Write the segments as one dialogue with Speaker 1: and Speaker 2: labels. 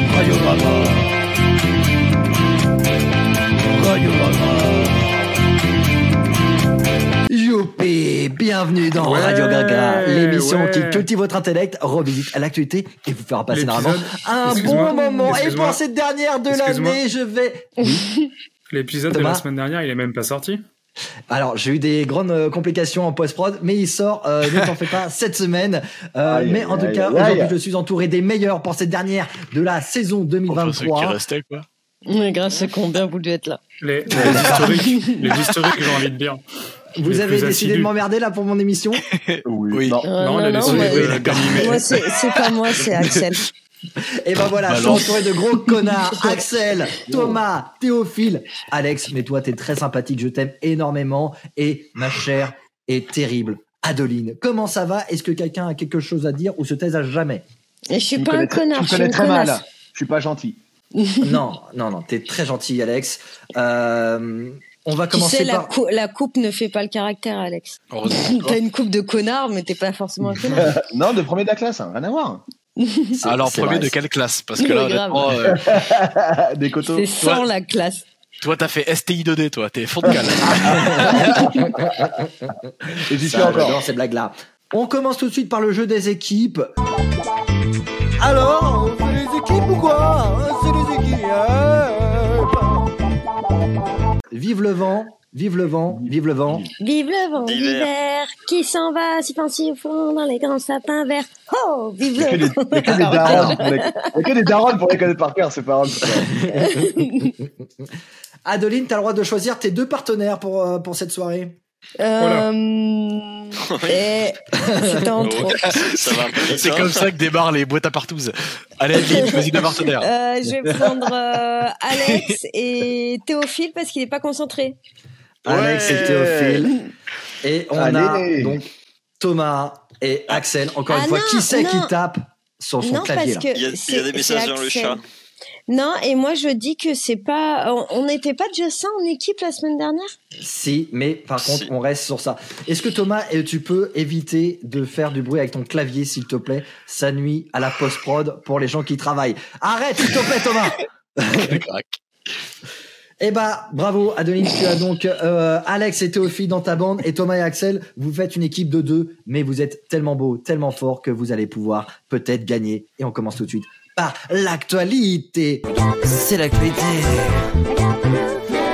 Speaker 1: Radiorama. Radiorama. Youpi Bienvenue dans
Speaker 2: Ouais,
Speaker 1: Radio Gaga, l'émission
Speaker 2: ouais.
Speaker 1: qui cultive votre intellect, revisite à l'actualité et vous fera passer normalement
Speaker 2: L'épisode-
Speaker 1: un
Speaker 2: excuse-moi,
Speaker 1: bon moment. Et
Speaker 2: excuse-moi,
Speaker 1: pour cette dernière de
Speaker 2: excuse-moi.
Speaker 1: l'année, je vais
Speaker 2: L'épisode de
Speaker 1: Thomas
Speaker 2: la semaine dernière, il est même pas sorti.
Speaker 1: Alors, j'ai eu des grandes euh, complications en post-prod, mais il sort, euh, ne t'en fais pas, cette semaine. Euh,
Speaker 3: Aïe,
Speaker 1: mais en
Speaker 3: aïe,
Speaker 1: tout
Speaker 3: aïe,
Speaker 1: cas,
Speaker 3: aïe.
Speaker 1: aujourd'hui, je suis entouré des meilleurs pour cette dernière de la saison
Speaker 4: Enfin, ceux qui
Speaker 1: 2023.
Speaker 4: restaient, quoi.
Speaker 5: Mais grâce à combien vous devez être là.
Speaker 2: Les, les historiques, les historiques, j'ai envie de dire.
Speaker 1: Vous
Speaker 2: les
Speaker 1: avez
Speaker 2: plus
Speaker 1: décidé de
Speaker 2: assidus.
Speaker 1: m'emmerder là pour mon émission
Speaker 3: Oui.
Speaker 4: Oui.
Speaker 3: Non.
Speaker 5: Euh,
Speaker 2: Non, il a décidé
Speaker 5: moi,
Speaker 2: de- d'animer.
Speaker 5: moi, c'est c'est pas moi, c'est Axel.
Speaker 1: Et ben voilà, je suis
Speaker 4: Balance.
Speaker 1: entouré de gros connards. Axel, Thomas, Théophile, Alex, mais toi, t'es très sympathique, je t'aime énormément. Et ma chère et terrible Adeline, comment ça va Est-ce que quelqu'un a quelque chose à dire ou se taise à jamais
Speaker 5: Et
Speaker 3: Tu
Speaker 5: je suis
Speaker 3: me
Speaker 5: pas
Speaker 3: connais très- Tu
Speaker 5: un connard, je
Speaker 3: me
Speaker 5: suis
Speaker 3: connais
Speaker 5: une
Speaker 3: très mal.
Speaker 5: connasse.
Speaker 3: Je suis pas gentil.
Speaker 1: Non, non, non, t'es très gentil, Alex. Euh, on va
Speaker 5: Tu
Speaker 1: commencer
Speaker 5: sais, la,
Speaker 1: par.
Speaker 5: cou- la coupe ne fait pas le caractère, Alex.
Speaker 4: Heureusement.
Speaker 3: Oh.
Speaker 5: T'as une coupe de connard, mais t'es pas forcément un connard.
Speaker 3: Euh, non, de premier de la classe, hein, rien à voir.
Speaker 1: C'est-
Speaker 4: Alors,
Speaker 1: c'est
Speaker 4: premier
Speaker 1: vrai.
Speaker 4: de quelle classe Parce que là,
Speaker 5: Oui, grave.
Speaker 4: honnêtement, euh,
Speaker 3: Ah, Des coteaux.
Speaker 5: C'est sans
Speaker 4: Ouais.
Speaker 5: la classe.
Speaker 4: toi, t'as fait STI 2D, toi. T'es fond de cale.
Speaker 3: Et j'y suis
Speaker 1: Ça,
Speaker 3: encore.
Speaker 1: Bah, J'adore ces blagues-là. On commence tout de suite par le jeu des équipes. Alors, on fait les équipes ou quoi Hein, C'est les équipes. Vive le vent, vive le vent, vive le vent.
Speaker 5: Vive le vent d'hiver qui s'en va si pensi au fond dans les grands sapins verts. Oh, vive
Speaker 3: Il y a que des-
Speaker 5: le
Speaker 3: il y a que des darons pour les- il y a que des darons pour les connaître par cœur, ces paroles.
Speaker 1: Adeline, t'as le droit de choisir tes deux partenaires pour, euh, pour cette soirée.
Speaker 5: Euh, eh, C'était
Speaker 6: Oh.
Speaker 5: en trop.
Speaker 6: ça va un peu vite,
Speaker 4: C'est
Speaker 6: hein.
Speaker 4: comme ça que démarrent les boîtes à partouzes. Allez, Adeline, choisis deux partenaires.
Speaker 5: Euh, je vais prendre euh, Alex et Théophile parce qu'il est pas concentré.
Speaker 1: Alex et Théophile. Et on a
Speaker 3: Allez.
Speaker 1: donc Thomas et Axel. Encore
Speaker 5: Ah
Speaker 1: une fois,
Speaker 5: non,
Speaker 1: qui c'est qui
Speaker 5: non.
Speaker 1: tape sur son
Speaker 5: non,
Speaker 1: clavier
Speaker 5: parce
Speaker 1: là
Speaker 5: que
Speaker 6: Il y a- il y a
Speaker 5: c'est-
Speaker 6: des messages
Speaker 5: c'est
Speaker 6: dans le
Speaker 5: Axel.
Speaker 6: chat.
Speaker 5: Non, et moi je dis que c'est pas. on- On n'était pas déjà ça en équipe la semaine dernière.
Speaker 1: Si, mais par contre,
Speaker 6: Si.
Speaker 1: on reste sur ça. Est-ce que Thomas, eh, tu peux éviter de faire du bruit avec ton clavier, s'il te plaît Ça nuit à la post-prod pour les gens qui travaillent. Arrête, s'il te plaît, Thomas Eh bah, bravo, Adeline, tu as donc euh, Alex et Théophile dans ta bande, et Thomas et Axel, vous faites une équipe de deux, mais vous êtes tellement beaux, tellement forts que vous allez pouvoir peut-être gagner. Et on commence tout de suite par l'actualité C'est l'actualité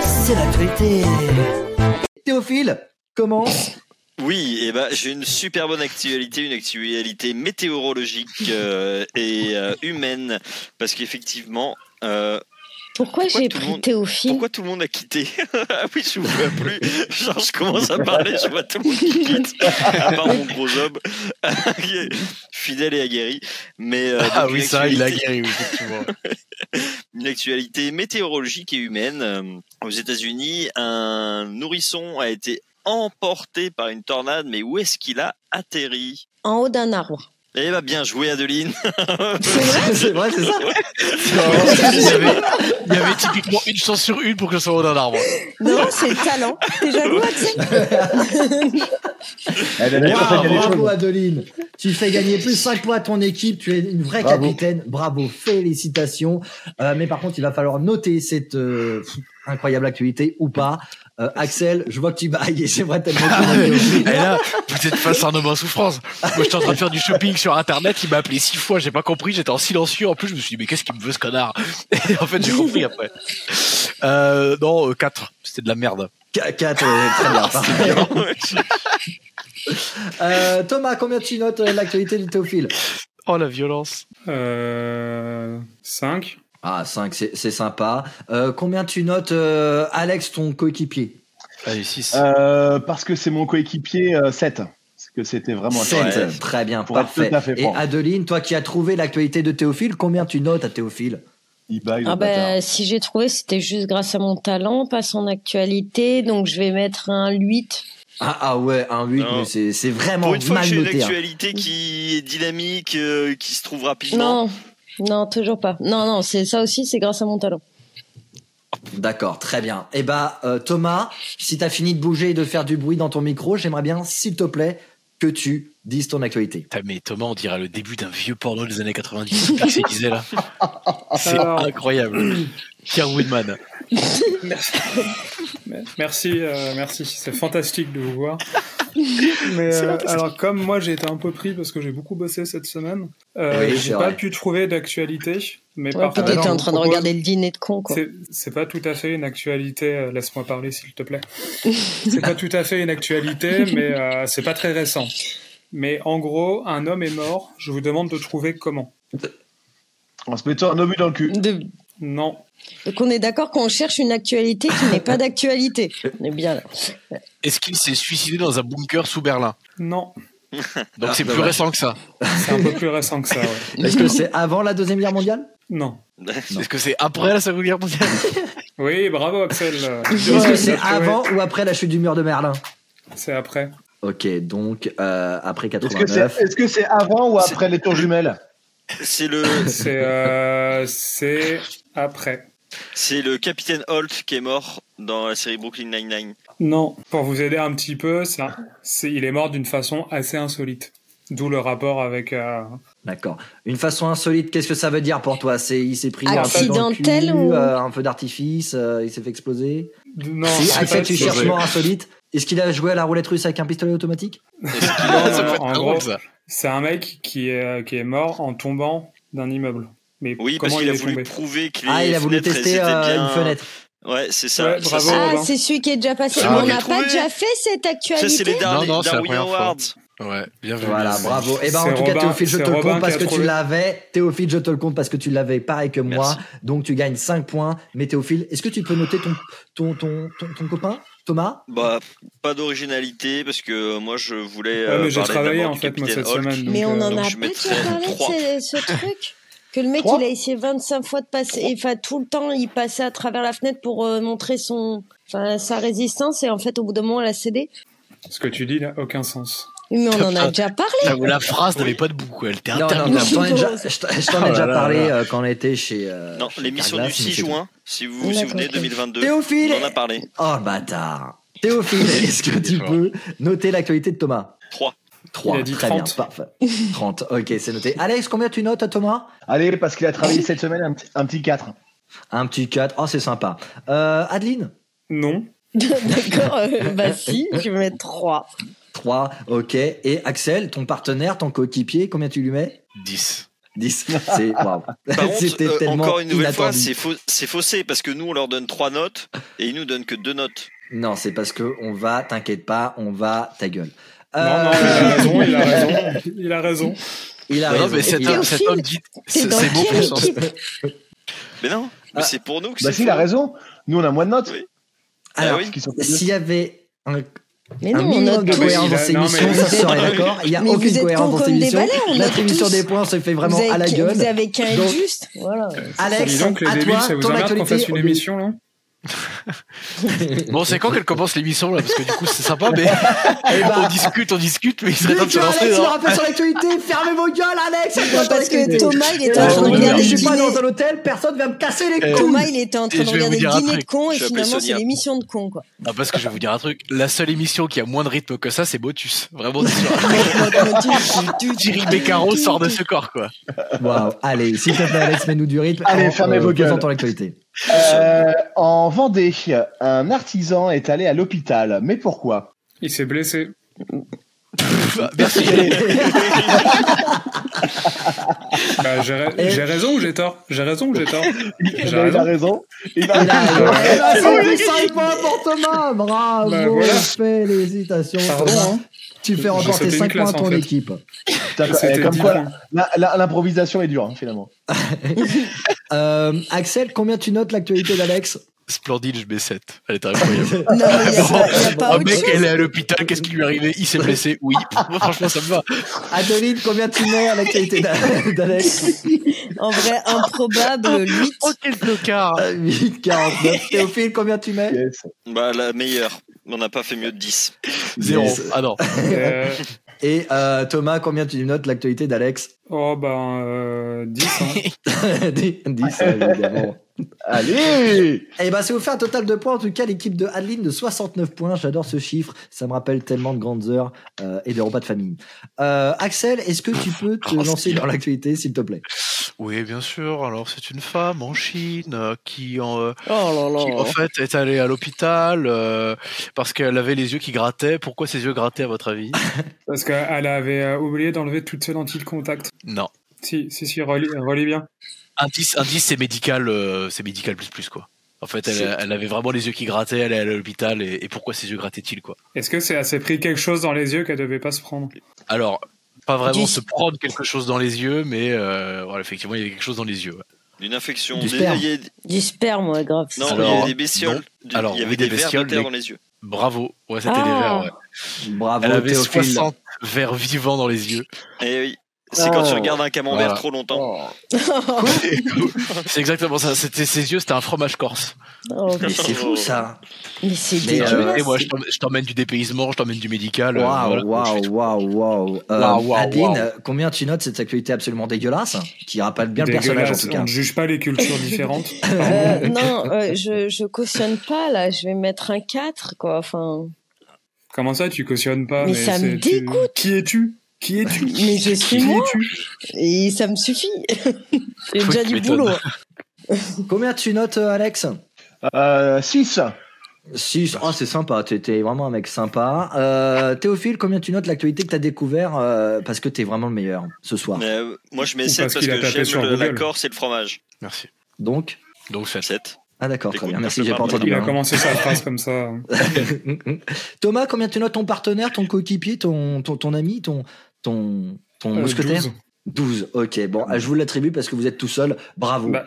Speaker 1: C'est l'actualité Théophile commence
Speaker 6: Oui, et ben j'ai une super bonne actualité, une actualité météorologique euh, et euh, humaine, parce qu'effectivement, euh,
Speaker 5: Pourquoi,
Speaker 6: Pourquoi
Speaker 5: j'ai
Speaker 6: tout le
Speaker 5: pris
Speaker 6: monde-
Speaker 5: Théophile
Speaker 6: pourquoi tout le monde a quitté Ah oui, je vous vois plus. Genre, je commence à parler, je vois tout le monde qui quitte, à part mon gros homme, qui est fidèle et aguerri. Mais euh,
Speaker 4: Ah
Speaker 6: donc,
Speaker 4: oui,
Speaker 6: une
Speaker 4: ça, il a
Speaker 6: actualité-
Speaker 4: guéri, oui, effectivement.
Speaker 6: une actualité météorologique et humaine. Euh, Aux États-Unis, un nourrisson a été emporté par une tornade, mais où est-ce qu'il a atterri
Speaker 5: En haut d'un arbre.
Speaker 6: Eh bah bien joué Adeline.
Speaker 1: C'est vrai, c'est ça
Speaker 4: Il y, avait, il y avait typiquement une chance sur une pour que je sois au d'un arbre.
Speaker 5: Non, c'est talent. T'es jaloux, Axel
Speaker 3: Elle a
Speaker 1: Waouh,
Speaker 3: déjà fait des
Speaker 1: Bravo
Speaker 3: choses.
Speaker 1: Adeline Tu fais gagner plus 5 points à ton équipe, tu es une vraie
Speaker 3: Bravo.
Speaker 1: capitaine, bravo, félicitations Euh, Mais par contre, il va falloir noter cette euh, pff, incroyable actualité ou pas. Euh, Axel, je vois que tu bailles et c'est vrai tellement
Speaker 3: Ah
Speaker 1: que-
Speaker 4: Et Eh là, vous êtes face à un homme en souffrance. Moi, j'étais en train de faire du shopping sur internet. Il m'a appelé six fois. J'ai pas compris. J'étais en silencieux. En plus, je me suis dit, mais qu'est-ce qu'il me veut, ce connard? Et en fait, j'ai compris après. Euh, non, euh, quatre. C'était de la merde.
Speaker 1: Qu- quatre, euh, très
Speaker 3: Ah,
Speaker 1: bien, parfait. Euh, Thomas, combien tu notes euh, l'actualité du Théophile
Speaker 4: Oh, la violence.
Speaker 2: Euh, 5.
Speaker 1: Ah, 5, c'est sympa. Euh, combien tu notes euh, Alex, ton coéquipier
Speaker 4: Allez, six.
Speaker 3: Euh, Parce que c'est mon coéquipier 7. Parce que c'était vraiment
Speaker 1: Sept.
Speaker 3: intéressant.
Speaker 1: Très bien,
Speaker 3: Pour être
Speaker 1: parfait.
Speaker 3: tout à fait
Speaker 1: Et
Speaker 3: franc.
Speaker 1: Adeline, toi qui as trouvé l'actualité de Théophile, combien tu notes à Théophile
Speaker 3: Il baille le
Speaker 5: Ah
Speaker 3: bâtard.
Speaker 5: ben, si j'ai trouvé, c'était juste grâce à mon talent, pas son actualité. Donc je vais mettre un 8.
Speaker 1: Ah, ah ouais, un 8,
Speaker 6: Non.
Speaker 1: mais c'est- c'est vraiment
Speaker 6: Pour une fois,
Speaker 1: mal
Speaker 6: j'ai une
Speaker 1: noté. hein.
Speaker 6: actualité qui est dynamique, euh, qui se trouve rapidement.
Speaker 5: Non. Non, toujours pas. Non, non, c'est ça aussi, c'est grâce à mon talent.
Speaker 1: D'accord, très bien. Eh bah, euh, Thomas, si t'as fini de bouger et de faire du bruit dans ton micro, j'aimerais bien, s'il te plaît, que tu 10 ton actualité.
Speaker 4: Putain, mais Thomas, on dirait le début d'un vieux porno des années 90. c'est ce qu'il disait là. C'est
Speaker 2: Alors.
Speaker 4: incroyable. Pierre Woodman.
Speaker 2: Merci, euh, merci. C'est fantastique de vous voir. Mais
Speaker 4: C'est
Speaker 2: euh,
Speaker 4: fantastique.
Speaker 2: alors, comme moi, j'ai été un peu pris parce que j'ai beaucoup bossé cette semaine, euh,
Speaker 1: Oui, c'est
Speaker 2: j'ai pas
Speaker 1: vrai.
Speaker 2: pu trouver d'actualité. Mais
Speaker 5: Ouais,
Speaker 2: par contre,
Speaker 5: Peut-être t'es
Speaker 2: on
Speaker 5: en
Speaker 2: vous
Speaker 5: train de
Speaker 2: propose-
Speaker 5: regarder le dîner de con, quoi.
Speaker 2: C'est- C'est pas tout à fait une actualité. euh, Laisse-moi parler, s'il te plaît. C'est pas tout à fait une actualité, mais euh, c'est pas très récent. Mais en gros, un homme est mort. Je vous demande de trouver comment.
Speaker 3: En se mettant un obus dans le cul.
Speaker 5: De-
Speaker 2: Non.
Speaker 5: Donc on est d'accord qu'on cherche une actualité qui n'est pas d'actualité. On est bien là.
Speaker 4: Est-ce qu'il s'est suicidé dans un bunker sous Berlin
Speaker 2: Non.
Speaker 4: Donc
Speaker 6: Ah,
Speaker 4: c'est plus
Speaker 6: dommage.
Speaker 4: récent que ça.
Speaker 2: C'est un peu plus récent que ça. ouais.
Speaker 1: Est-ce que c'est avant la Deuxième Guerre mondiale
Speaker 2: Non.
Speaker 1: Non.
Speaker 4: Est-ce que c'est après la Seconde Guerre mondiale
Speaker 2: Oui, bravo, Axel. Euh,
Speaker 1: Est-ce que
Speaker 2: ouais,
Speaker 1: c'est
Speaker 2: ouais,
Speaker 1: avant ou après la chute du mur de Merlin
Speaker 2: C'est après.
Speaker 1: Ok, donc euh, après
Speaker 3: Est-ce que c'est
Speaker 1: 89.
Speaker 3: est-ce que c'est avant ou après les tours jumelles
Speaker 6: C'est le,
Speaker 2: C'est euh, c'est après.
Speaker 6: c'est le capitaine Holt qui est mort dans la série Brooklyn Nine-Nine.
Speaker 2: Non. Pour vous aider un petit peu, ça, c'est- il est mort d'une façon assez insolite. D'où le rapport avec. euh,
Speaker 1: D'accord. Une façon insolite, qu'est-ce que ça veut dire pour toi C'est il s'est pris un peu dans le
Speaker 5: Accidentel
Speaker 1: cul,
Speaker 5: ou-
Speaker 1: euh, un feu d'artifice, euh, il s'est fait exploser.
Speaker 2: Non,
Speaker 1: si
Speaker 2: c'est
Speaker 1: Axel,
Speaker 2: pas-
Speaker 1: tu
Speaker 2: c'est-
Speaker 1: cherches
Speaker 4: vrai.
Speaker 1: mort insolite. Est-ce qu'il a joué à la roulette russe avec un pistolet automatique
Speaker 2: non,
Speaker 4: Ça peut
Speaker 2: non,
Speaker 4: être
Speaker 2: en
Speaker 4: drôle,
Speaker 2: gros,
Speaker 4: ça.
Speaker 2: C'est un mec qui est, euh, qui est mort en tombant d'un immeuble. Mais
Speaker 6: Oui,
Speaker 2: comment
Speaker 6: parce qu'il
Speaker 2: il
Speaker 6: a
Speaker 2: est
Speaker 6: voulu
Speaker 2: tombé
Speaker 6: prouver que les
Speaker 1: Ah, il a voulu
Speaker 6: fenêtres, elles
Speaker 1: tester
Speaker 6: étaient
Speaker 1: euh,
Speaker 6: bien-
Speaker 1: une fenêtre.
Speaker 6: Ouais, c'est ça.
Speaker 2: Ouais,
Speaker 6: Ça,
Speaker 2: bravo.
Speaker 6: c'est-
Speaker 5: Ah,
Speaker 2: Robin.
Speaker 5: c'est celui qui est déjà passé.
Speaker 4: Ah,
Speaker 5: Mais
Speaker 4: on
Speaker 5: on
Speaker 4: l'a
Speaker 5: n'a pas
Speaker 6: trouvé.
Speaker 5: déjà fait cette
Speaker 6: Ça, c'est
Speaker 5: actualité.
Speaker 6: les Dar-
Speaker 4: Non, non, c'est la
Speaker 6: Darwin
Speaker 4: première fois.
Speaker 6: Awards.
Speaker 4: Ouais, bien vu.
Speaker 1: Voilà,
Speaker 4: Merci.
Speaker 1: bravo. Et ben en
Speaker 2: C'est
Speaker 1: tout cas,
Speaker 2: Robin-
Speaker 1: Théophile, je
Speaker 2: c'est
Speaker 1: te le
Speaker 2: Robin
Speaker 1: compte
Speaker 2: qui
Speaker 1: parce
Speaker 2: a
Speaker 1: que tu
Speaker 2: trouvé.
Speaker 1: l'avais. Théophile, je te le compte parce que tu l'avais, pareil que moi.
Speaker 4: Merci.
Speaker 1: Donc tu gagnes 5 points. Mais Théophile, est-ce que tu peux noter ton, ton, ton, ton, ton copain, Thomas
Speaker 6: Bah, pas d'originalité parce que moi je voulais.
Speaker 2: Ouais,
Speaker 6: euh,
Speaker 2: mais j'ai
Speaker 6: parler
Speaker 2: travaillé
Speaker 6: d'abord
Speaker 2: en
Speaker 6: du
Speaker 2: fait moi
Speaker 6: capitaine
Speaker 2: cette
Speaker 6: Holt.
Speaker 2: semaine. donc,
Speaker 5: Mais on
Speaker 2: euh,
Speaker 5: en
Speaker 6: donc
Speaker 5: a
Speaker 6: je
Speaker 5: pas
Speaker 6: mettrais
Speaker 5: déjà parlé
Speaker 6: trois.
Speaker 5: de ce, ce truc que le mec
Speaker 3: Trois
Speaker 5: il a essayé 25 fois de passer, et, enfin tout le temps il passait à travers la fenêtre pour euh, montrer son, enfin sa résistance et en fait au bout d'un moment elle a cédé.
Speaker 2: Ce que tu dis n'a aucun sens.
Speaker 5: Mais on en a déjà parlé.
Speaker 4: Ça, La phrase n'avait pas de bout, quoi. Elle était
Speaker 1: Non, non, non,
Speaker 4: interminable.
Speaker 1: je t'en ai déjà, je t'en- je t'en ai
Speaker 4: Oh là
Speaker 1: déjà
Speaker 4: là
Speaker 1: parlé
Speaker 4: là.
Speaker 1: euh, quand on était chez. euh,
Speaker 6: Non,
Speaker 1: chez
Speaker 6: l'émission du
Speaker 1: Carglass, mais
Speaker 6: 6
Speaker 1: c'est tout.
Speaker 6: juin, si vous vous
Speaker 5: D'accord,
Speaker 6: souvenez,
Speaker 5: ok.
Speaker 6: 2022.
Speaker 1: Théophile
Speaker 6: On en a parlé.
Speaker 1: Oh le bâtard Théophile, est-ce que tu peux noter l'actualité de Thomas
Speaker 6: 3.
Speaker 1: 3.
Speaker 2: Il a dit
Speaker 1: très
Speaker 2: 30.
Speaker 1: bien, parfait. 30, ok, c'est noté. Alex, combien tu notes à Thomas
Speaker 3: Allez, parce qu'il a travaillé cette semaine un petit, un petit 4.
Speaker 1: Un petit 4. Oh, c'est sympa. Euh, Adeline
Speaker 2: Non.
Speaker 5: D'accord. euh, bah si, je vais mettre 3.
Speaker 1: 3, ok. Et Axel, ton partenaire, ton coéquipier, combien tu lui mets
Speaker 4: 10.
Speaker 1: 10. C'est waouh.
Speaker 6: Par contre,
Speaker 1: C'était
Speaker 6: euh,
Speaker 1: tellement
Speaker 6: encore une nouvelle fois,
Speaker 1: inattendu.
Speaker 6: c'est faux- c'est faussé parce que nous on leur donne 3 notes et ils nous donnent que 2 notes.
Speaker 1: Non, c'est parce que on va, t'inquiète pas, on va ta gueule.
Speaker 2: Non, non,
Speaker 1: Euh,
Speaker 2: il a raison, il a raison. Il a
Speaker 1: il a
Speaker 2: raison.
Speaker 4: Non,
Speaker 1: raison.
Speaker 4: mais cet
Speaker 1: Il a-
Speaker 4: homme, cet homme dit.
Speaker 5: T'es
Speaker 4: C'est
Speaker 5: dans
Speaker 4: c'est beau
Speaker 5: quelle
Speaker 4: pour son
Speaker 5: équipe
Speaker 6: Mais non,
Speaker 1: Ah.
Speaker 6: mais c'est pour nous que
Speaker 3: Bah
Speaker 6: c'est.
Speaker 3: si, il a
Speaker 6: faux.
Speaker 3: raison. Nous, on a moins de notes.
Speaker 6: Oui. Ah
Speaker 1: Alors,
Speaker 6: oui.
Speaker 3: Qui sont
Speaker 1: s'il y avait un,
Speaker 5: Mais
Speaker 1: un
Speaker 5: non, on
Speaker 1: minimum
Speaker 5: note
Speaker 1: de
Speaker 2: Ah, mais
Speaker 1: cohérence
Speaker 2: il
Speaker 1: dans
Speaker 2: a-
Speaker 1: ces
Speaker 2: non,
Speaker 1: émissions,
Speaker 2: mais-
Speaker 1: ça serait d'accord. Il n'y a
Speaker 5: Mais
Speaker 1: aucune
Speaker 5: vous êtes
Speaker 1: cohérence dans
Speaker 5: cons
Speaker 1: ces
Speaker 5: comme des
Speaker 1: émissions.
Speaker 5: balais, on note
Speaker 1: L'attribution
Speaker 5: tous.
Speaker 1: des points se fait vraiment
Speaker 5: vous avez
Speaker 1: à la
Speaker 5: qu'un-
Speaker 1: gueule.
Speaker 5: Vous avez qu'un
Speaker 1: Donc-
Speaker 5: juste. Voilà.
Speaker 1: Alex,
Speaker 2: Dis donc, les
Speaker 1: à
Speaker 2: débiles,
Speaker 1: toi,
Speaker 2: ça vous
Speaker 1: ton
Speaker 2: emmerde qu'on fasse une
Speaker 1: actualité.
Speaker 2: émission, là
Speaker 4: Bon, c'est quand qu'elle commence l'émission là Parce que du coup, c'est sympa, mais
Speaker 1: Eh ben,
Speaker 4: on discute, on discute, mais il serait
Speaker 1: Dès
Speaker 4: temps de
Speaker 1: que
Speaker 4: se
Speaker 1: Alex
Speaker 4: lancer.
Speaker 1: il
Speaker 4: hein.
Speaker 1: aura pas sur l'actualité, fermez vos gueules, Alex c'est pas
Speaker 5: Non,
Speaker 1: sur
Speaker 5: parce que
Speaker 1: l'actualité.
Speaker 5: Thomas il était
Speaker 1: Et
Speaker 5: en
Speaker 1: là,
Speaker 5: train de
Speaker 1: vous me
Speaker 5: regarder
Speaker 1: dites, Je
Speaker 5: le
Speaker 1: suis pas
Speaker 5: dîner.
Speaker 1: dans un hôtel, personne va me casser les couilles.
Speaker 5: Thomas, il était en train
Speaker 4: Euh, Et
Speaker 5: de
Speaker 4: je vais vous
Speaker 5: regarder
Speaker 4: dire
Speaker 5: le
Speaker 4: un
Speaker 5: dîner de
Speaker 4: truc.
Speaker 5: con et
Speaker 6: Je vais appeler
Speaker 5: finalement c'est
Speaker 6: Sonia.
Speaker 5: l'émission de con quoi.
Speaker 4: Ah, parce que je vais vous dire un truc. La seule émission qui a moins de rythme que ça, c'est Botus. Vraiment, c'est sûr. Thierry Beccaro sort de ce corps, quoi.
Speaker 1: Waouh, allez, s'il te plaît, Alex, mets-nous du rythme.
Speaker 3: Allez,
Speaker 1: en,
Speaker 3: fermez
Speaker 1: euh,
Speaker 3: vos gueules.
Speaker 1: présentant l'actualité.
Speaker 3: Euh, en Vendée, un artisan est allé à l'hôpital. Mais pourquoi
Speaker 2: Il s'est blessé.
Speaker 4: Merci.
Speaker 2: Bah, j'ai ra-
Speaker 1: Et-
Speaker 2: j'ai raison ou j'ai tort J'ai raison ou j'ai tort
Speaker 3: Il
Speaker 2: J'ai
Speaker 3: a il a
Speaker 2: raison.
Speaker 3: raison. Il a
Speaker 1: Il a
Speaker 3: raison.
Speaker 1: raison. Eh ben, c'est plus cinq points pour Thomas. Bravo,
Speaker 2: Bah, voilà.
Speaker 1: félicitations.
Speaker 2: Pardon,
Speaker 1: Thomas.
Speaker 2: hein.
Speaker 1: Tu fais
Speaker 2: Je
Speaker 1: remporter
Speaker 2: sautais une
Speaker 1: 5 points à
Speaker 2: classe, en
Speaker 1: ton
Speaker 2: fait.
Speaker 1: équipe.
Speaker 3: Putain, eh,
Speaker 2: C'était
Speaker 3: Comme
Speaker 2: 10
Speaker 3: quoi,
Speaker 2: points.
Speaker 3: la- la- l'improvisation est dure, hein, finalement.
Speaker 1: Euh, Axel, combien tu notes l'actualité d'Alex
Speaker 4: Splendide, je mets 7. Elle était incroyable.
Speaker 5: Non, mais il n'y a, pas- y a
Speaker 1: Ah,
Speaker 5: pas
Speaker 4: Un
Speaker 5: autre
Speaker 4: mec,
Speaker 5: chose.
Speaker 4: elle est à l'hôpital, qu'est-ce qui lui est arrivé Il s'est blessé, oui. Moi, franchement, ça me va.
Speaker 1: Adeline, combien tu mets à l'actualité d'A- d'Alex
Speaker 5: En vrai, improbable, 8.
Speaker 4: Oh, quel blocard
Speaker 1: Euh, 8, 49. Théophile, combien tu mets
Speaker 3: Yes.
Speaker 6: Bah, la meilleure. On n'a pas fait mieux de 10.
Speaker 4: Zéro.
Speaker 1: Yes.
Speaker 4: Ah non.
Speaker 2: Euh,
Speaker 1: Et euh, Thomas, combien tu notes l'actualité d'Alex
Speaker 2: Oh, ben, euh, 10. hein.
Speaker 1: 10, évidemment.
Speaker 3: Allez
Speaker 1: Et bah, ça vous fait un total de points. En tout cas, l'équipe de Adeline de 69 points. J'adore ce chiffre. Ça me rappelle tellement de grandes heures euh, et de repas de famille. Euh, Axel, est-ce que tu peux te
Speaker 4: Oh,
Speaker 1: lancer
Speaker 4: c'est
Speaker 1: dans
Speaker 4: bien.
Speaker 1: l'actualité, s'il te plaît
Speaker 4: Oui, bien sûr. Alors, c'est une femme en Chine euh, qui, en, euh,
Speaker 5: Oh là
Speaker 4: qui, en
Speaker 5: là.
Speaker 4: fait, est allée à l'hôpital euh, parce qu'elle avait les yeux qui grattaient. Pourquoi ses yeux grattaient, à votre avis
Speaker 2: Parce qu'elle avait euh, oublié d'enlever toutes ses lentilles de contact.
Speaker 4: Non.
Speaker 2: Si, si, si, relis, relis bien.
Speaker 4: Indice, indice c'est médical, euh, c'est médical plus plus, quoi. En fait, elle, elle avait vraiment les yeux qui grattaient, elle est allée à l'hôpital, et, et pourquoi ses yeux grattaient-ils, quoi
Speaker 2: Est-ce que c'est elle s'est pris quelque chose dans les yeux qu'elle devait pas se prendre
Speaker 4: Alors, pas vraiment
Speaker 5: Du-
Speaker 4: se prendre quelque chose dans les yeux, mais euh, voilà, effectivement, il y avait quelque chose dans les yeux. ouais.
Speaker 6: Une infection.
Speaker 1: Du
Speaker 6: Des-
Speaker 1: sperme.
Speaker 6: il y avait-
Speaker 5: Du sperme, ouais, grave.
Speaker 6: non,
Speaker 4: Alors,
Speaker 6: il y avait des bestioles. Du-
Speaker 4: Alors,
Speaker 6: il y avait
Speaker 4: oui,
Speaker 6: des,
Speaker 4: des
Speaker 6: vers de
Speaker 4: bestioles,
Speaker 6: terre
Speaker 4: mais-
Speaker 6: dans les yeux.
Speaker 4: Bravo, ouais, c'était des
Speaker 5: Ah.
Speaker 4: vers. ouais.
Speaker 1: Bravo,
Speaker 4: Elle avait
Speaker 1: Théophile.
Speaker 4: 60 vers vivants dans les yeux.
Speaker 6: Et Eh oui. C'est quand tu regardes un camembert
Speaker 4: Voilà.
Speaker 6: trop longtemps.
Speaker 4: C'est exactement ça. C'était ses yeux, c'était un fromage corse.
Speaker 5: Oh,
Speaker 1: Mais c'est fou, ça.
Speaker 5: mais c'est
Speaker 1: Mais,
Speaker 4: Euh,
Speaker 5: dégueulasse.
Speaker 4: et moi, je t'emmène- je t'emmène du dépaysement, je t'emmène du médical. euh, voilà.
Speaker 1: Waouh,
Speaker 4: Je fais
Speaker 1: waouh,
Speaker 4: tout.
Speaker 1: waouh, waouh. Euh,
Speaker 4: Waouh, waouh,
Speaker 1: Adeline,
Speaker 4: waouh.
Speaker 1: combien tu notes cette actualité absolument dégueulasse Qui rappelle bien le
Speaker 2: Dégueulasse,
Speaker 1: personnage, en tout
Speaker 2: On
Speaker 1: cas.
Speaker 2: ne juge pas les cultures différentes.
Speaker 5: Euh, non, euh, je, je cautionne pas là, je vais mettre un 4 quoi. Enfin,
Speaker 2: Comment ça, tu cautionnes pas
Speaker 5: Mais ça
Speaker 2: c'est-
Speaker 5: me
Speaker 2: tu-
Speaker 5: dégoûte.
Speaker 2: Qui es-tu Qui es-tu
Speaker 5: mais je suis
Speaker 2: Qui
Speaker 5: moi
Speaker 2: es-tu
Speaker 5: et ça me suffit. J'ai
Speaker 4: Oui,
Speaker 5: déjà
Speaker 4: tu
Speaker 5: du
Speaker 4: m'étonnes.
Speaker 5: boulot.
Speaker 1: Combien tu notes, euh, Alex
Speaker 3: euh, 6
Speaker 1: Si, ah, c'est sympa, t'es t'es vraiment un mec sympa. Euh, Théophile, combien tu notes l'actualité que t'as découvert euh, Parce que t'es vraiment le meilleur ce soir.
Speaker 6: Mais, euh, moi, je mets
Speaker 2: Ou
Speaker 6: 7
Speaker 2: parce
Speaker 6: parce,
Speaker 2: qu'il a
Speaker 6: que
Speaker 2: tapé sur
Speaker 6: j'aime le- la
Speaker 2: Google.
Speaker 6: Corse et le fromage.
Speaker 4: Merci.
Speaker 1: Donc,
Speaker 4: Donc, faites.
Speaker 6: 7.
Speaker 1: ah d'accord, très
Speaker 6: Écoute,
Speaker 1: bien,
Speaker 6: je
Speaker 1: merci,
Speaker 6: sais
Speaker 1: j'ai
Speaker 6: pas,
Speaker 1: pas
Speaker 6: moi,
Speaker 1: entendu.
Speaker 2: Il a
Speaker 1: bien.
Speaker 2: commencé sa phrase comme ça. hein.
Speaker 1: Thomas, combien tu notes ton partenaire, ton coéquipier, ton, ton, ton ami, ton, ton, ton
Speaker 2: Euh,
Speaker 1: mousquetaire 12,
Speaker 2: 12.
Speaker 1: ok, bon, ah, je vous l'attribue parce que vous êtes tout seul, bravo.
Speaker 2: Bah,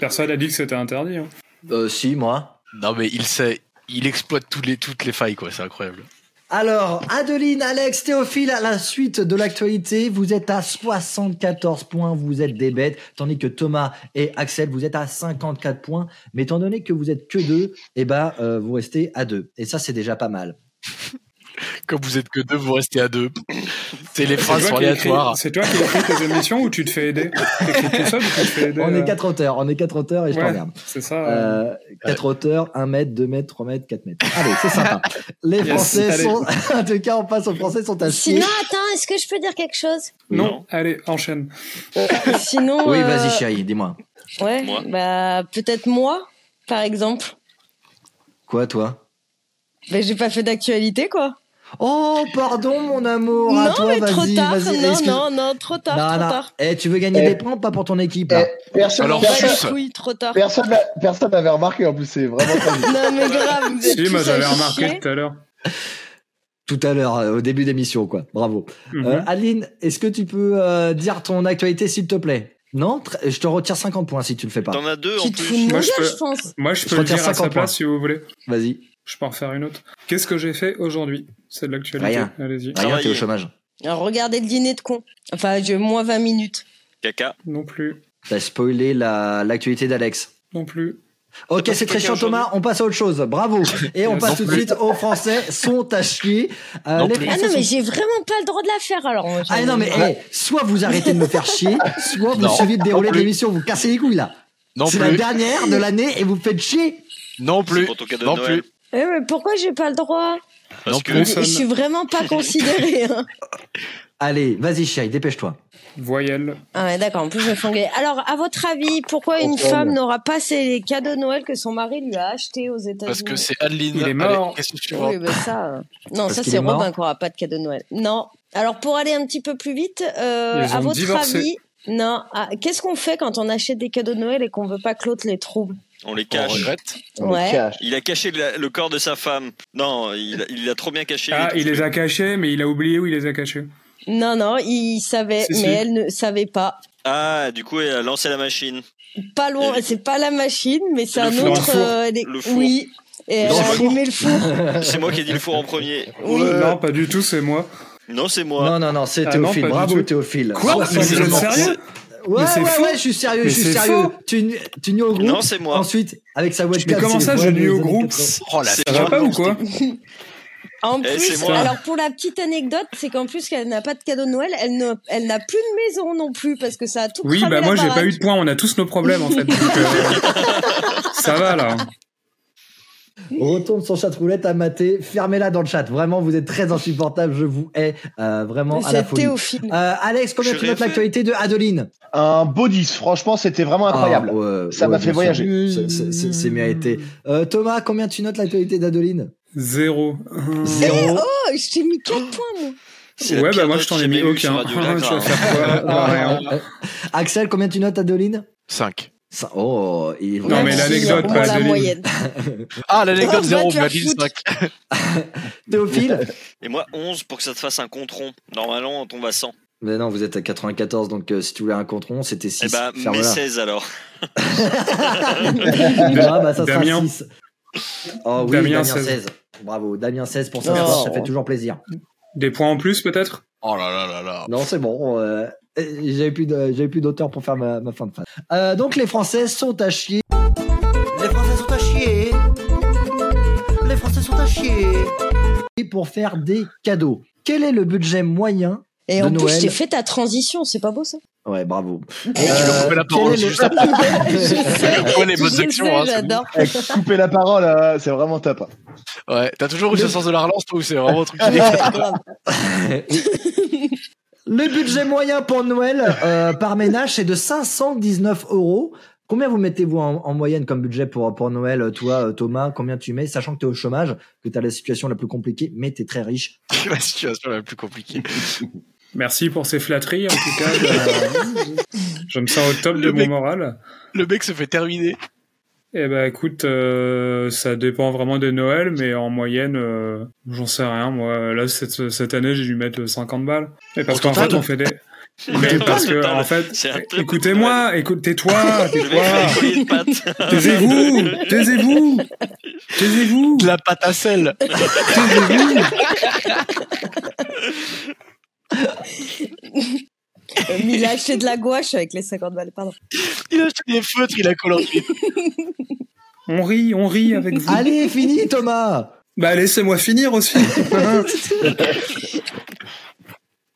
Speaker 2: Personne n'a dit que c'était interdit. hein.
Speaker 1: Euh, si, moi
Speaker 4: Non, mais il sait, il exploite toutes les, toutes les failles, quoi. C'est incroyable.
Speaker 1: Alors, Adeline, Alex, Théophile, à la suite de l'actualité, vous êtes à 74 points, vous êtes des bêtes, tandis que Thomas et Axel, vous êtes à 54 points. Mais étant donné que vous êtes que deux, eh ben, euh, vous restez à deux. Et ça, c'est déjà pas mal.
Speaker 4: Comme vous êtes que deux, vous restez à deux. Ah, C'est les
Speaker 2: C'est
Speaker 4: phrases
Speaker 2: toi
Speaker 4: sont
Speaker 2: qui écris-
Speaker 4: aléatoires.
Speaker 2: C'est toi qui écris tes émissions ou tu te fais aider T'écris tout seul ou tu te fais aider
Speaker 1: On
Speaker 2: euh,
Speaker 1: est quatre auteurs, on est quatre auteurs et je
Speaker 2: Ouais.
Speaker 1: t'emmerde.
Speaker 2: C'est ça. euh,
Speaker 1: Euh, quatre auteurs, 1 mètre, 2 mètres, 3 mètres, 4 mètres. Allez, c'est sympa. Les
Speaker 2: Yes,
Speaker 1: Français
Speaker 2: allez.
Speaker 1: sont, en tout cas, on passe aux Français sont
Speaker 4: Ah,
Speaker 1: à chier.
Speaker 7: Sinon, attends, est-ce que je peux dire quelque chose
Speaker 2: Non, allez, enchaîne.
Speaker 5: Sinon,
Speaker 1: Oui,
Speaker 5: euh,
Speaker 1: vas-y, chérie, dis-moi.
Speaker 5: Ouais,
Speaker 6: Moi.
Speaker 5: bah peut-être moi, par exemple.
Speaker 1: Quoi, toi?
Speaker 5: Bah, j'ai pas fait d'actualité quoi.
Speaker 1: Oh, pardon, mon amour, à
Speaker 5: non,
Speaker 1: toi,
Speaker 5: mais trop
Speaker 1: vas-y,
Speaker 5: tard.
Speaker 1: vas-y,
Speaker 5: Non,
Speaker 1: excuse-
Speaker 5: non, non, trop tard,
Speaker 1: Non,
Speaker 5: trop
Speaker 1: non.
Speaker 5: tard.
Speaker 1: Eh, tu veux gagner
Speaker 3: Eh.
Speaker 1: des points ou pas pour ton équipe là
Speaker 3: Eh, Personne
Speaker 4: Alors,
Speaker 5: Bah, les
Speaker 4: Juste.
Speaker 5: couilles, trop tard.
Speaker 3: personne n'a- personne n'avait remarqué en plus, c'est vraiment tragique.
Speaker 5: Non, mais grave. vous êtes
Speaker 2: Si, moi
Speaker 5: tous
Speaker 2: j'avais
Speaker 5: à
Speaker 2: remarqué
Speaker 5: chier.
Speaker 2: tout à l'heure.
Speaker 1: Tout à l'heure, euh, au début d'émission, quoi. Bravo.
Speaker 2: Mhm.
Speaker 1: Euh, Aline, est-ce que tu peux euh, dire ton actualité, s'il te plaît Non Tr- Je te retire 50 points si tu le fais pas.
Speaker 6: T'en as deux en
Speaker 5: Tu te fous
Speaker 6: plus.
Speaker 5: de
Speaker 2: Moi,
Speaker 5: ma
Speaker 2: je
Speaker 5: gueule,
Speaker 2: peux-
Speaker 5: je pense.
Speaker 2: Moi, je
Speaker 1: Je
Speaker 2: peux le
Speaker 1: retire
Speaker 2: dire à
Speaker 1: 50
Speaker 2: sa
Speaker 1: points.
Speaker 2: place si vous voulez.
Speaker 1: Vas-y.
Speaker 2: Je peux en faire une autre. Qu'est-ce que j'ai fait aujourd'hui C'est de l'actualité.
Speaker 1: Rien.
Speaker 2: Allez-y.
Speaker 1: Rien, t'es au
Speaker 6: Travailler.
Speaker 1: chômage.
Speaker 5: Alors, regardez le dîner de con. Enfin, je moins 20 minutes.
Speaker 6: Caca.
Speaker 2: Non plus.
Speaker 1: T'as spoilé la- l'actuité d'Alex.
Speaker 2: Non plus.
Speaker 1: Ok,
Speaker 6: Attends,
Speaker 1: c'est
Speaker 6: c'est
Speaker 1: très
Speaker 6: quelqu'un
Speaker 1: chiant, Thomas. On passe à autre chose. Bravo. Et on
Speaker 2: Non
Speaker 1: passe tout de
Speaker 2: plus.
Speaker 1: suite aux Français sont à chier. Euh,
Speaker 4: Non
Speaker 1: les
Speaker 4: plus.
Speaker 7: Ah
Speaker 1: Français
Speaker 7: non,
Speaker 1: sont-
Speaker 7: mais j'ai vraiment pas le droit de la faire alors. moi,
Speaker 1: Ah
Speaker 7: j'en-
Speaker 1: non, mais eh, soit vous arrêtez de me faire chier, soit vous
Speaker 4: Non.
Speaker 1: suivez le déroulé de
Speaker 4: plus.
Speaker 1: l'émission. Vous cassez les couilles là.
Speaker 4: Non
Speaker 1: C'est la
Speaker 4: plus.
Speaker 1: dernière de l'année et vous faites chier.
Speaker 4: Non
Speaker 6: C'est
Speaker 4: plus.
Speaker 6: pour ton cadeau de
Speaker 4: Non
Speaker 6: Noël.
Speaker 4: plus.
Speaker 5: Eh, mais pourquoi j'ai pas le droit
Speaker 6: Parce
Speaker 4: Non
Speaker 6: que
Speaker 4: plus.
Speaker 5: Je
Speaker 2: Personne.
Speaker 5: suis vraiment pas considérée. hein.
Speaker 1: Allez, vas-y, chérie, dépêche-toi.
Speaker 2: Voyelle.
Speaker 5: Ah ouais, d'accord, en plus je me fais engueuler. Alors, à votre avis, pourquoi une
Speaker 3: Antoine.
Speaker 5: femme n'aura pas ces cadeaux de Noël que son mari lui a achetés aux États-Unis
Speaker 4: Parce que c'est Adeline.
Speaker 2: Il est
Speaker 4: Allez,
Speaker 2: mort.
Speaker 4: question suivante.
Speaker 5: Oui, bah ça. euh. Non,
Speaker 1: Parce
Speaker 5: ça
Speaker 1: qu'il
Speaker 5: c'est
Speaker 1: est mort.
Speaker 5: Robin qui aura pas de cadeau de Noël. Non. Alors, pour aller un petit peu plus vite, euh,
Speaker 2: Ils
Speaker 5: à
Speaker 2: ont
Speaker 5: votre
Speaker 2: divorcé.
Speaker 5: avis, non, ah, qu'est-ce qu'on fait quand on achète des cadeaux de Noël et qu'on veut pas que l'autre les trouve
Speaker 6: on les
Speaker 4: On
Speaker 6: cache.
Speaker 4: regrette.
Speaker 3: On les
Speaker 5: Ouais.
Speaker 3: cache.
Speaker 6: Il a caché la- le corps de sa femme. Non, il, il l'a trop bien caché.
Speaker 2: Ah, il les
Speaker 6: a.
Speaker 2: a cachés, mais il a oublié où il les a cachés.
Speaker 5: Non, non, il savait,
Speaker 2: Si,
Speaker 5: mais
Speaker 2: si.
Speaker 5: elle ne savait pas.
Speaker 6: Ah, du coup, il a lancé la machine.
Speaker 5: Pas loin,
Speaker 6: Et-
Speaker 5: c'est pas la machine, mais c'est
Speaker 6: Le
Speaker 5: un
Speaker 6: four.
Speaker 2: Dans le
Speaker 5: autre.
Speaker 2: four.
Speaker 5: euh, elle est-
Speaker 6: Le four.
Speaker 5: Oui. Et elle
Speaker 6: Dans
Speaker 5: a
Speaker 6: le four.
Speaker 5: allumé Eh, le four.
Speaker 6: C'est moi qui ai dit le four en premier.
Speaker 5: Oui.
Speaker 2: Non, pas du tout, c'est moi.
Speaker 6: Non, c'est moi.
Speaker 1: Non, non, non, c'est
Speaker 2: Ah non,
Speaker 1: Théophile.
Speaker 2: pas du
Speaker 1: Bravo,
Speaker 2: tout.
Speaker 6: Ah,
Speaker 1: Théophile.
Speaker 6: bah,
Speaker 2: Quoi Mais vous êtes
Speaker 1: 69.
Speaker 2: sérieux
Speaker 1: Ouais,
Speaker 2: Mais c'est
Speaker 1: ouais,
Speaker 2: faux.
Speaker 1: ouais, je suis sérieux,
Speaker 2: Mais
Speaker 1: je suis
Speaker 2: c'est
Speaker 1: sérieux.
Speaker 2: faux.
Speaker 1: Tu, n- tu nues au groupe.
Speaker 6: Non,
Speaker 5: Oh,
Speaker 6: c'est moi.
Speaker 1: Ensuite, avec sa webcam.
Speaker 2: Mais comment
Speaker 1: c'est
Speaker 2: ça,
Speaker 1: le
Speaker 2: je
Speaker 1: problème
Speaker 2: nuis au
Speaker 1: des années
Speaker 2: groupe
Speaker 1: 80.
Speaker 4: Oh la
Speaker 6: C'est
Speaker 2: Ça va
Speaker 6: Jean
Speaker 2: pas ou
Speaker 6: Lourdes.
Speaker 2: quoi
Speaker 5: En
Speaker 6: Eh, c'est
Speaker 5: plus,
Speaker 6: moi.
Speaker 5: alors pour la petite anecdote, c'est qu'en plus qu'elle n'a pas de cadeau de Noël, elle ne, elle n'a plus de maison non plus parce que ça a tout
Speaker 2: Oui,
Speaker 5: cramé
Speaker 2: bah
Speaker 5: la
Speaker 2: moi j'ai pas
Speaker 5: baraque.
Speaker 2: eu de points, on a tous nos problèmes en fait. Donc, euh, ça va là.
Speaker 1: On retourne son chat roulette à mater. Fermez-la dans le chat. Vraiment, vous êtes très insupportable. Je vous hais euh, vraiment
Speaker 2: Ah,
Speaker 1: à la
Speaker 5: C'est
Speaker 1: folie. Euh,
Speaker 5: Théophile.
Speaker 1: Alex, combien
Speaker 6: Je
Speaker 1: tu notes
Speaker 6: réfais.
Speaker 1: l'actualité de Adeline
Speaker 3: Un beau 10, franchement, c'était vraiment incroyable.
Speaker 1: Ah, ouais,
Speaker 3: Ça
Speaker 1: ouais,
Speaker 3: m'a fait
Speaker 1: bien sûr.
Speaker 3: voyager.
Speaker 1: C'est- c'est- C'est c'est mérité. Euh, Thomas, combien tu notes l'actualité d'Adeline
Speaker 2: Zéro.
Speaker 1: Zéro.
Speaker 5: Oh, je t'ai mis 4 points, moi.
Speaker 6: C'est la
Speaker 2: Ouais, bah
Speaker 6: pire
Speaker 2: moi je
Speaker 6: note
Speaker 2: t'en ai
Speaker 6: jamais
Speaker 2: mis
Speaker 6: eue sur
Speaker 2: aucun.
Speaker 6: Radio Lac,
Speaker 2: Tu vas
Speaker 6: hein.
Speaker 2: faire quoi Bah, rien.
Speaker 1: Euh, Eh, oh Axel, combien tu notes Adeline
Speaker 4: 5.
Speaker 1: Ça- Oh, il est
Speaker 2: Non,
Speaker 1: vraiment-
Speaker 2: mais l'anecdote,
Speaker 5: Bon,
Speaker 2: pas
Speaker 5: la
Speaker 2: Adeline.
Speaker 5: moyenne.
Speaker 4: Ah,
Speaker 5: Oh,
Speaker 4: l'anecdote
Speaker 5: va
Speaker 4: 0,
Speaker 5: te
Speaker 4: m'a
Speaker 5: faire
Speaker 4: dit
Speaker 5: foutre.
Speaker 4: 5.
Speaker 1: Théophile
Speaker 6: Et moi, 11 pour que ça te fasse un contron. Normalement, on tombe à 100.
Speaker 1: Mais non, vous êtes à 94, donc euh, si tu voulais un contre 11, c'était 6.
Speaker 6: Eh bah, mais 16 alors.
Speaker 1: Ah, bah, ça
Speaker 2: Damien.
Speaker 1: sera 6. Oh oui, Damien,
Speaker 2: Damien,
Speaker 1: 16.
Speaker 2: 16.
Speaker 1: Bravo, Damien 16 pour ça,
Speaker 5: Oh.
Speaker 1: ça fait toujours plaisir.
Speaker 2: Des points en plus peut-être
Speaker 4: Oh là là là là.
Speaker 1: Non, c'est bon. euh, euh, J'avais plus de- j'avais plus d'auteur pour faire ma, ma fin de phrase. Euh, donc les Français sont à chier. Les Français sont à chier. Les Français sont à chier. Et pour faire des cadeaux. Quel est le budget moyen
Speaker 5: Et
Speaker 1: De
Speaker 5: en plus,
Speaker 1: Noël.
Speaker 5: je t'ai fait ta transition, c'est pas beau ça
Speaker 1: Ouais, bravo. Euh,
Speaker 4: Tu vas couper la parole
Speaker 1: quel est le-
Speaker 4: juste après. Le point, les
Speaker 5: Je
Speaker 4: bonnes
Speaker 5: sais,
Speaker 4: actions, hein, c'est
Speaker 5: J'adore.
Speaker 3: Eh, Couper la parole, euh, c'est vraiment top.
Speaker 4: bon. Ouais, t'as toujours eu ce sens de la relance, toi, ou c'est vraiment un truc qui
Speaker 5: Ouais,
Speaker 4: décale
Speaker 5: grave.
Speaker 1: Le budget moyen pour Noël euh, par ménage, c'est de 519 euros. Combien vous mettez-vous en, en moyenne comme budget pour, pour Noël, toi, euh, Thomas Combien tu mets Sachant que tu es au chômage, que tu as la situation la plus compliquée, mais tu es très riche.
Speaker 4: la situation la plus compliquée.
Speaker 2: Merci pour ces flatteries en tout cas. je- je me sens au top de
Speaker 4: Le
Speaker 2: mon
Speaker 4: mec.
Speaker 2: moral.
Speaker 4: Le mec se fait terminer.
Speaker 2: Eh bah écoute, euh, ça dépend vraiment de Noël, mais en moyenne, euh, j'en sais rien. Moi, là cette, cette année, j'ai dû mettre 50 balles. Et parce
Speaker 4: Au
Speaker 2: qu'en
Speaker 4: total
Speaker 2: fait, on fait des. Mais parce que en fait,
Speaker 6: C'est un peu-
Speaker 2: écoutez-moi, écoutez-toi,
Speaker 6: Le mec fait des
Speaker 2: tais-toi,
Speaker 6: colliers de pâtes.
Speaker 2: taisez-vous, taisez-vous, taisez-vous.
Speaker 4: De la pâte à sel.
Speaker 5: Euh, mais Il a acheté de la gouache avec les 50 balles, pardon.
Speaker 4: Il a acheté des feutres, il a collé en cuir.
Speaker 2: On rit, on rit avec vous.
Speaker 1: Allez, fini, Thomas
Speaker 2: Bah laissez-moi finir aussi.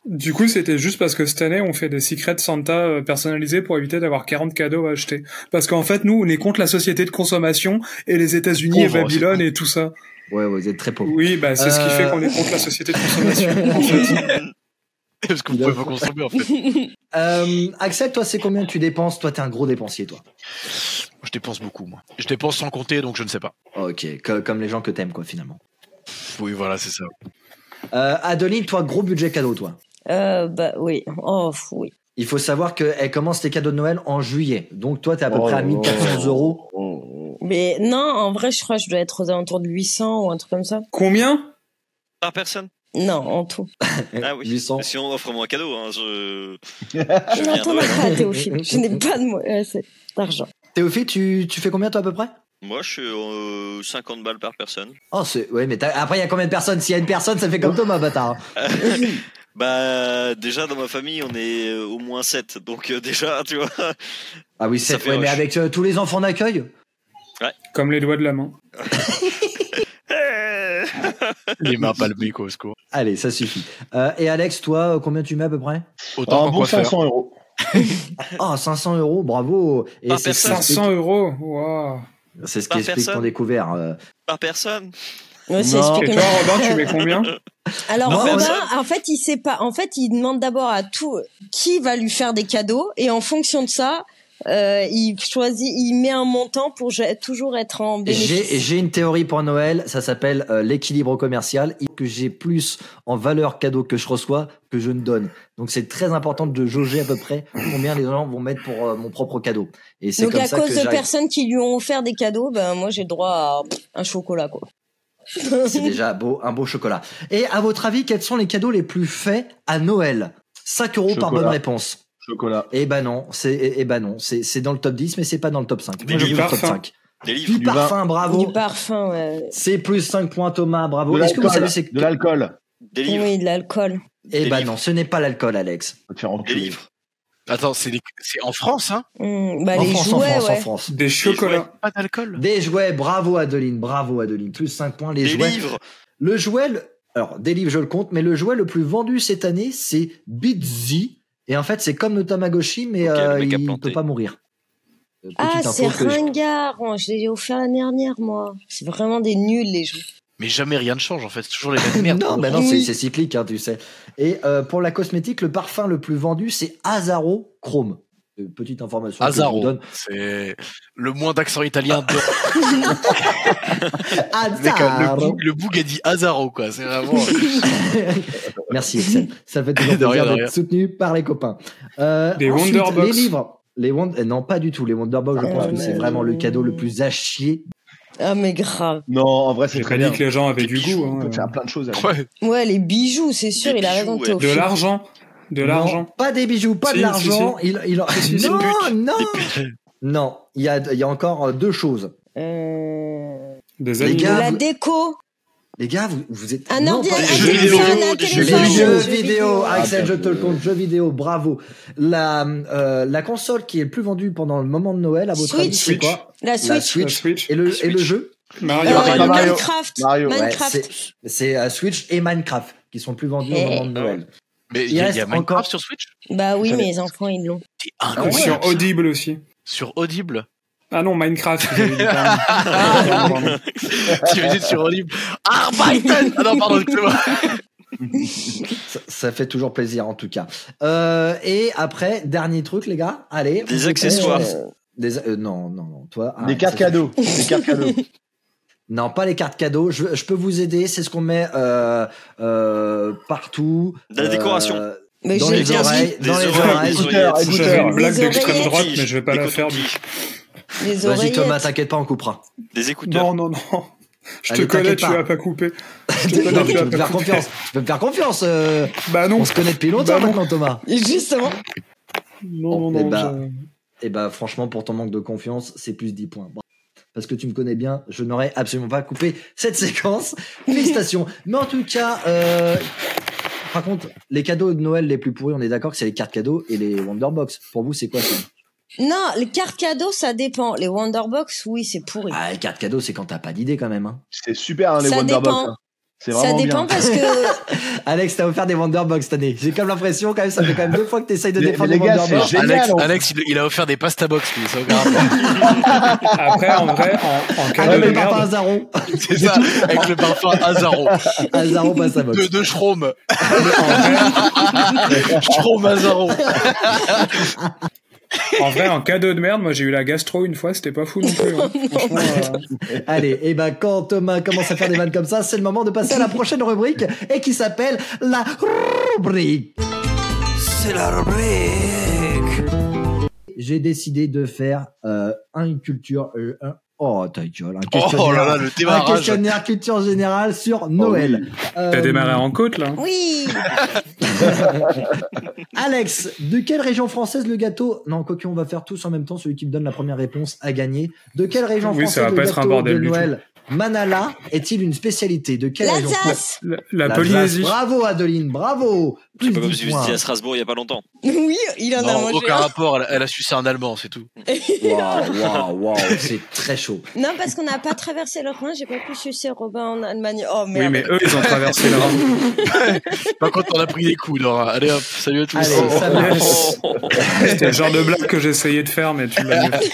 Speaker 2: du coup, c'était juste parce que cette année, on fait des secrets de Santa euh, personnalisés pour éviter d'avoir 40 cadeaux à acheter. Parce qu'en fait, nous, on est contre la société de consommation et les États-Unis et
Speaker 4: Pauvre,
Speaker 2: Babylone et tout ça.
Speaker 1: Ouais, ouais, vous êtes très pauvre.
Speaker 2: Oui, bah c'est ce qui
Speaker 1: Euh.
Speaker 2: fait qu'on est contre la société de consommation. en fait.
Speaker 4: Parce que vous pouvez pas consommer, en fait. Moi,
Speaker 1: Euh, Axel, toi, c'est combien tu dépenses Toi, t'es un gros dépensier, toi.
Speaker 4: Je dépense beaucoup, moi. Je dépense sans compter, donc je ne sais pas.
Speaker 1: Ok, co- comme les gens que t'aimes, quoi, finalement.
Speaker 4: Oui, voilà, c'est ça.
Speaker 1: Euh, Adeline, toi, gros budget cadeau, toi.
Speaker 5: Euh, bah oui. Oh, pff, oui.
Speaker 1: Il faut savoir qu'elle commence les cadeaux de Noël en juillet. Donc, toi, t'es à peu
Speaker 3: Oh
Speaker 1: près à
Speaker 3: là là.
Speaker 1: 1400 euros.
Speaker 5: Mais non, en vrai, je crois que je dois être aux alentours de 800 ou un truc comme ça.
Speaker 2: Combien
Speaker 6: Par personne
Speaker 5: Non, en tout.
Speaker 6: Ah oui.
Speaker 1: 800.
Speaker 6: Si on offre moi un cadeau, hein, je. je
Speaker 5: Non,
Speaker 6: viens
Speaker 5: t'en
Speaker 6: Noël,
Speaker 5: as
Speaker 6: hein.
Speaker 5: pas, Théophile. Je n'ai pas de mo- euh, c'est- d'argent.
Speaker 1: Théophile, tu, tu fais combien, toi, à peu près
Speaker 6: Moi, je suis euh, 50 balles par personne.
Speaker 1: Oh, c'est. Ouais, mais t'as- après, il y a combien de personnes S'il y a une personne, ça fait comme Thomas, bâtard. hein.
Speaker 6: Bah, déjà, dans ma famille, on est euh, au moins 7. Donc, euh, déjà, tu vois.
Speaker 1: Ah oui,
Speaker 6: Ça
Speaker 1: c'est
Speaker 6: fait
Speaker 1: ouais, mais
Speaker 6: rush.
Speaker 1: avec euh, tous les enfants d'accueil
Speaker 2: Comme les doigts de la main.
Speaker 6: Eh
Speaker 4: Les mains palmées, quoi, au secours.
Speaker 1: Allez, ça suffit. Euh, et Alex, toi, euh, combien tu mets à peu près
Speaker 4: Autant
Speaker 3: Un
Speaker 4: qu'en
Speaker 3: bon
Speaker 4: coiffeur.
Speaker 3: 500 euros.
Speaker 1: Ah, 500 euros, bravo. Et
Speaker 6: Par
Speaker 1: c'est ce qui
Speaker 6: personne.
Speaker 1: explique-
Speaker 2: 500 euros. Waouh.
Speaker 1: C'est ce qui
Speaker 6: Par
Speaker 1: explique
Speaker 6: personne.
Speaker 1: ton découvert. euh.
Speaker 6: par personne
Speaker 5: Ouais, c'est
Speaker 1: Non.
Speaker 2: Et
Speaker 5: expliqué.
Speaker 2: toi, Robin, tu mets combien
Speaker 5: Alors
Speaker 1: Non,
Speaker 5: Robin,
Speaker 6: mais-
Speaker 5: en fait, il sait pas. En fait, il demande d'abord à tout qui va lui faire des cadeaux et en fonction de ça, euh, il choisit, il met un montant pour je- toujours être en
Speaker 1: J'ai
Speaker 5: bénéfice.
Speaker 1: j'ai une théorie pour Noël, ça s'appelle euh, l'équilibre commercial. Il faut que j'ai plus en valeur cadeau que je reçois que je ne donne. Donc c'est très important de jauger à peu près combien les gens vont mettre pour euh, mon propre cadeau. Et c'est
Speaker 5: Donc
Speaker 1: comme
Speaker 5: à
Speaker 1: ça
Speaker 5: cause
Speaker 1: que
Speaker 5: de
Speaker 1: j'arrive.
Speaker 5: personnes qui lui ont offert des cadeaux, ben moi j'ai droit à pff, un chocolat quoi.
Speaker 1: C'est déjà beau, un beau chocolat. Et à votre avis, quels sont les cadeaux les plus faits à Noël 5 euros par
Speaker 3: Chocolat.
Speaker 1: bonne réponse.
Speaker 3: Chocolat.
Speaker 1: Eh ben non, c'est eh eh ben non, c'est c'est dans le top 10 mais c'est pas dans le top 5.
Speaker 6: Des
Speaker 1: Moi, je
Speaker 2: livres.
Speaker 1: veux le top
Speaker 2: Parfum.
Speaker 1: 5.
Speaker 6: Des livres
Speaker 1: Du,
Speaker 3: Du
Speaker 1: parfum, bravo.
Speaker 5: Du parfum, ouais.
Speaker 1: C'est plus 5 points Thomas, bravo.
Speaker 3: de
Speaker 1: Est-ce que vous savez
Speaker 3: l'alcool.
Speaker 1: c'est
Speaker 3: De l'alcool.
Speaker 6: Des livres
Speaker 5: oui, de l'alcool.
Speaker 1: Eh
Speaker 6: Des
Speaker 1: ben
Speaker 6: livres.
Speaker 1: non, ce n'est pas l'alcool Alex.
Speaker 3: Faut te faire
Speaker 6: Des
Speaker 3: enculer.
Speaker 6: livres
Speaker 1: hein.
Speaker 4: Attends, c'est les- c'est en France, hein
Speaker 5: Hum, bah
Speaker 1: en,
Speaker 5: les
Speaker 1: France, en
Speaker 5: jouets,
Speaker 1: France, en
Speaker 5: ouais.
Speaker 1: France.
Speaker 2: Des chocolats.
Speaker 4: Pas d'alcool
Speaker 1: Des jouets, bravo Adeline, bravo Adeline, plus 5 points les
Speaker 6: Des
Speaker 1: jouets.
Speaker 6: livres
Speaker 1: Le jouet le- Alors, des livres, je le compte, mais le jouet le plus vendu cette année, c'est Bitsy. Et en fait, c'est comme le Tamagotchi, mais
Speaker 6: Ok, le
Speaker 1: euh,
Speaker 6: mec a
Speaker 1: il ne
Speaker 6: planté.
Speaker 1: peut pas mourir. Euh,
Speaker 5: Ah,
Speaker 1: petite info
Speaker 5: c'est
Speaker 1: que je-
Speaker 5: ringard. Oh, Je l'ai offert l'année dernière, moi. C'est vraiment des nuls, les jeux.
Speaker 4: Mais jamais rien ne change en fait, c'est toujours les mêmes merdes.
Speaker 1: non, bah non, c'est
Speaker 5: Oui.
Speaker 1: c'est cyclique, hein, tu sais. Et euh, pour la cosmétique, le parfum le plus vendu, c'est Azaro Chrome. Euh, Petite information que je vous
Speaker 4: Azaro,
Speaker 1: donne.
Speaker 4: c'est le moins d'accent italien de Mec, le,
Speaker 1: Azaro.
Speaker 4: boug, le boug a dit Azaro, quoi. C'est vraiment.
Speaker 1: Merci, Excel. Ça fait toujours
Speaker 4: De rien,
Speaker 1: plaisir
Speaker 4: de
Speaker 1: d'être
Speaker 4: rien.
Speaker 1: soutenu par les copains. Euh,
Speaker 2: Des
Speaker 1: ensuite,
Speaker 2: Wonderbox.
Speaker 1: Les livres. Les Wonder... eh Non, pas du tout. Les Wonderbox, je
Speaker 5: Ah,
Speaker 1: pense que
Speaker 5: mais-
Speaker 1: c'est vraiment le cadeau le plus à chier.
Speaker 5: Ah, mais grave.
Speaker 3: Non, en vrai, c'est
Speaker 2: J'ai
Speaker 3: très
Speaker 2: pas
Speaker 3: bien.
Speaker 2: dit que les gens avaient
Speaker 3: Des
Speaker 2: du
Speaker 3: bijoux,
Speaker 2: goût. hein.
Speaker 3: On peut faire plein de choses avec.
Speaker 4: euh, Ouais.
Speaker 5: Ouais, les bijoux, c'est sûr,
Speaker 6: Des
Speaker 5: il a raison
Speaker 6: bijoux, ouais.
Speaker 5: de
Speaker 2: De l'argent. De
Speaker 1: Non,
Speaker 2: l'argent.
Speaker 1: Pas des bijoux, pas
Speaker 2: Si,
Speaker 1: de
Speaker 2: si,
Speaker 1: l'argent. Il, il... en-
Speaker 2: Si, si, c'est
Speaker 1: non,
Speaker 2: une
Speaker 1: non,
Speaker 6: Des
Speaker 1: non. Il y a, il y a encore euh, deux choses.
Speaker 5: Euh...
Speaker 2: Des
Speaker 1: Les
Speaker 2: animaux.
Speaker 1: gars,
Speaker 5: La
Speaker 1: vous-
Speaker 5: déco.
Speaker 1: Les gars, vous, vous êtes
Speaker 5: Un
Speaker 1: non,
Speaker 5: ordi,
Speaker 1: pas-
Speaker 5: un
Speaker 6: des jeux vidéo,
Speaker 5: téléphone, un
Speaker 6: des
Speaker 1: Les
Speaker 6: jeux
Speaker 5: téléphone.
Speaker 1: jeux
Speaker 6: vidéo.
Speaker 1: vidéo,
Speaker 3: Ah,
Speaker 1: Axel, je
Speaker 3: bien
Speaker 1: te le
Speaker 3: joué.
Speaker 1: compte, jeux vidéo, bravo. La, euh, la console qui est le plus vendue pendant le moment de Noël, à votre
Speaker 5: Switch.
Speaker 1: avis, c'est quoi
Speaker 5: La
Speaker 1: La
Speaker 5: Switch.
Speaker 2: La
Speaker 1: Switch.
Speaker 2: Euh, Switch. Ah,
Speaker 1: Et le, Et
Speaker 6: Switch.
Speaker 1: le jeu
Speaker 2: Mario.
Speaker 5: Euh,
Speaker 3: Mario.
Speaker 5: Minecraft.
Speaker 3: Mario, ouais,
Speaker 5: Minecraft.
Speaker 1: Ouais, c'est- c'est euh, Switch et Minecraft qui sont le plus vendus
Speaker 5: Eh.
Speaker 1: au moment de
Speaker 6: Ah
Speaker 1: Noël.
Speaker 4: Mais
Speaker 1: Il
Speaker 4: il y, a-
Speaker 1: reste
Speaker 4: y a Minecraft
Speaker 1: encore- Ah
Speaker 4: sur Switch
Speaker 5: Bah oui,
Speaker 3: J'avais-
Speaker 5: mes enfants, ils l'ont.
Speaker 4: C'est
Speaker 2: Ou
Speaker 4: incroyable.
Speaker 2: sur Audible aussi.
Speaker 4: Sur Audible.
Speaker 2: Ah non, Minecraft. vous avez dit, pardon. Pardon.
Speaker 4: tu veux dire sur Audible Arbeiten Ah non, pardon, excuse-moi.
Speaker 1: Ça, ça fait toujours plaisir en tout cas. Euh, et après, dernier truc, les gars, allez.
Speaker 6: Des
Speaker 1: vous-
Speaker 6: accessoires.
Speaker 1: euh, des, euh, non, non, non. Toi,
Speaker 3: Des
Speaker 1: arrête,
Speaker 3: cartes
Speaker 1: ça-
Speaker 3: cadeaux. Des cartes cadeaux.
Speaker 1: Non, pas les cartes cadeaux. Je, je peux vous aider. C'est ce qu'on met euh, euh, partout.
Speaker 6: De la décoration.
Speaker 1: Euh,
Speaker 5: Mais
Speaker 1: dans
Speaker 5: j'ai
Speaker 1: les
Speaker 5: bien dit.
Speaker 1: oreilles,
Speaker 6: Des
Speaker 1: dans les
Speaker 6: oreilles,
Speaker 1: oreilles.
Speaker 6: des
Speaker 3: Écouteurs,
Speaker 6: oreillettes.
Speaker 2: J'avais
Speaker 3: écouteurs.
Speaker 2: une blague
Speaker 5: Des
Speaker 2: d'extrême
Speaker 5: oreillettes.
Speaker 2: droite, mais je vais pas
Speaker 6: Des
Speaker 2: la faire.
Speaker 6: coton-tiges.
Speaker 5: Les
Speaker 1: Vas-y
Speaker 5: oreillettes.
Speaker 1: Thomas, t'inquiète pas, on coupera.
Speaker 6: Des écouteurs.
Speaker 2: Non, non, non. Je
Speaker 1: Allez,
Speaker 2: te connais,
Speaker 1: t'inquiète
Speaker 2: tu
Speaker 1: pas.
Speaker 2: vas pas couper. Je te
Speaker 1: Non,
Speaker 2: connais,
Speaker 1: mais
Speaker 2: tu
Speaker 1: tu
Speaker 2: vas
Speaker 1: peux me
Speaker 2: pas
Speaker 1: faire
Speaker 2: couper.
Speaker 1: confiance. Tu peux me faire confiance. euh,
Speaker 2: Bah non.
Speaker 1: on se connaît depuis longtemps
Speaker 2: Bah non.
Speaker 1: maintenant, Thomas.
Speaker 5: Justement.
Speaker 2: Non, non,
Speaker 1: Eh
Speaker 2: non.
Speaker 1: ben,
Speaker 2: je-
Speaker 1: Et bah, franchement, pour ton manque de confiance, c'est plus 10 points. Bravo. Parce que tu me connais bien, je n'aurais absolument pas coupé cette séquence. Félicitations. Mais en tout cas, euh, par contre, les cadeaux de Noël les plus pourris, on est d'accord que c'est les cartes cadeaux et les Wonderbox. Pour vous, c'est quoi ça
Speaker 5: Non, les cartes cadeaux, ça dépend. Les Wonderbox, oui, c'est pourri.
Speaker 1: Ah, les cartes cadeaux, c'est quand t'as pas d'idée quand même. Hein.
Speaker 3: C'est super, hein, les
Speaker 5: Ça
Speaker 3: Wonderbox.
Speaker 5: dépend.
Speaker 3: hein. C'est
Speaker 5: Ça
Speaker 3: vraiment
Speaker 5: dépend
Speaker 3: bien.
Speaker 5: parce que
Speaker 1: Alex, t'as offert des Wonderbox cette année. J'ai comme l'impression, quand même, ça fait quand même deux fois que t'essayes de
Speaker 3: Mais-
Speaker 1: défendre
Speaker 3: mais
Speaker 1: les,
Speaker 3: les gars, c'est
Speaker 1: Wonderbox.
Speaker 3: gé- Génial,
Speaker 4: Alex,
Speaker 3: on-
Speaker 4: Alex, il, il a offert des pasta box, lui, ça n'a aucun rapport.
Speaker 2: Après, en vrai, en, en
Speaker 1: Ah,
Speaker 2: cadeau
Speaker 1: mais
Speaker 2: de
Speaker 1: pas
Speaker 2: merde,
Speaker 1: un Zaro.
Speaker 4: C'est ça, avec le parfum Azaro.
Speaker 1: Un Zaro, pas sa box.
Speaker 4: De, de Schraum.
Speaker 2: en vrai,
Speaker 4: Schraum Azaro.
Speaker 2: En vrai, en cadeau de merde, moi j'ai eu la gastro une fois, c'était pas fou non plus. hein. Franchement, euh,
Speaker 1: Allez, et ben quand Thomas commence à faire des vannes comme ça, c'est le moment de passer à la prochaine rubrique et qui s'appelle la rubrique. C'est la rubrique. J'ai décidé de faire euh, une culture. euh, un- Oh ta gueule, un questionnaire,
Speaker 4: Oh là là, le
Speaker 1: un
Speaker 4: démarrage. Oh
Speaker 1: questionnaire culture générale sur Noël. Euh,
Speaker 2: t'as démarré en côte là.
Speaker 5: oui.
Speaker 1: Alex, de quelle région française le gâteau Non, quoique on va faire tous en même temps, celui qui me donne la première réponse a gagné. De quelle région
Speaker 2: Oui, ça
Speaker 1: française
Speaker 2: va
Speaker 1: le
Speaker 2: pas être
Speaker 1: gâteau
Speaker 2: un bordel
Speaker 1: de
Speaker 2: du tout.
Speaker 1: Noël Manala est-il une spécialité De quelle région
Speaker 5: L'Alsace.
Speaker 2: La, la
Speaker 1: La ah,
Speaker 2: Polynésie.
Speaker 1: Alsace. Bravo Adeline, bravo. Plus
Speaker 6: C'est pas
Speaker 1: de
Speaker 6: comme
Speaker 1: 10
Speaker 6: si vous
Speaker 1: points.
Speaker 6: étiez à Strasbourg il y a pas longtemps.
Speaker 5: Oui, il en a
Speaker 4: Non,
Speaker 5: mangé
Speaker 4: aucun
Speaker 5: un.
Speaker 4: rapport, elle, elle a sucé un Allemand, c'est tout.
Speaker 1: Waouh, waouh, waouh, c'est très chaud.
Speaker 5: Non, parce qu'on n'a pas traversé le Rhin, j'ai pas pu sucer Robin en Allemagne. Oh
Speaker 2: Oui,
Speaker 5: merde.
Speaker 2: mais eux, ils ont traversé le Rhin.
Speaker 4: Par contre, on a pris des coups, Laura. Allez hop, salut à tous.
Speaker 1: Allez,
Speaker 4: Oh.
Speaker 1: ça marche.
Speaker 2: Yes. C'était le genre de blague que j'essayais de faire, mais tu l'as mieux fait.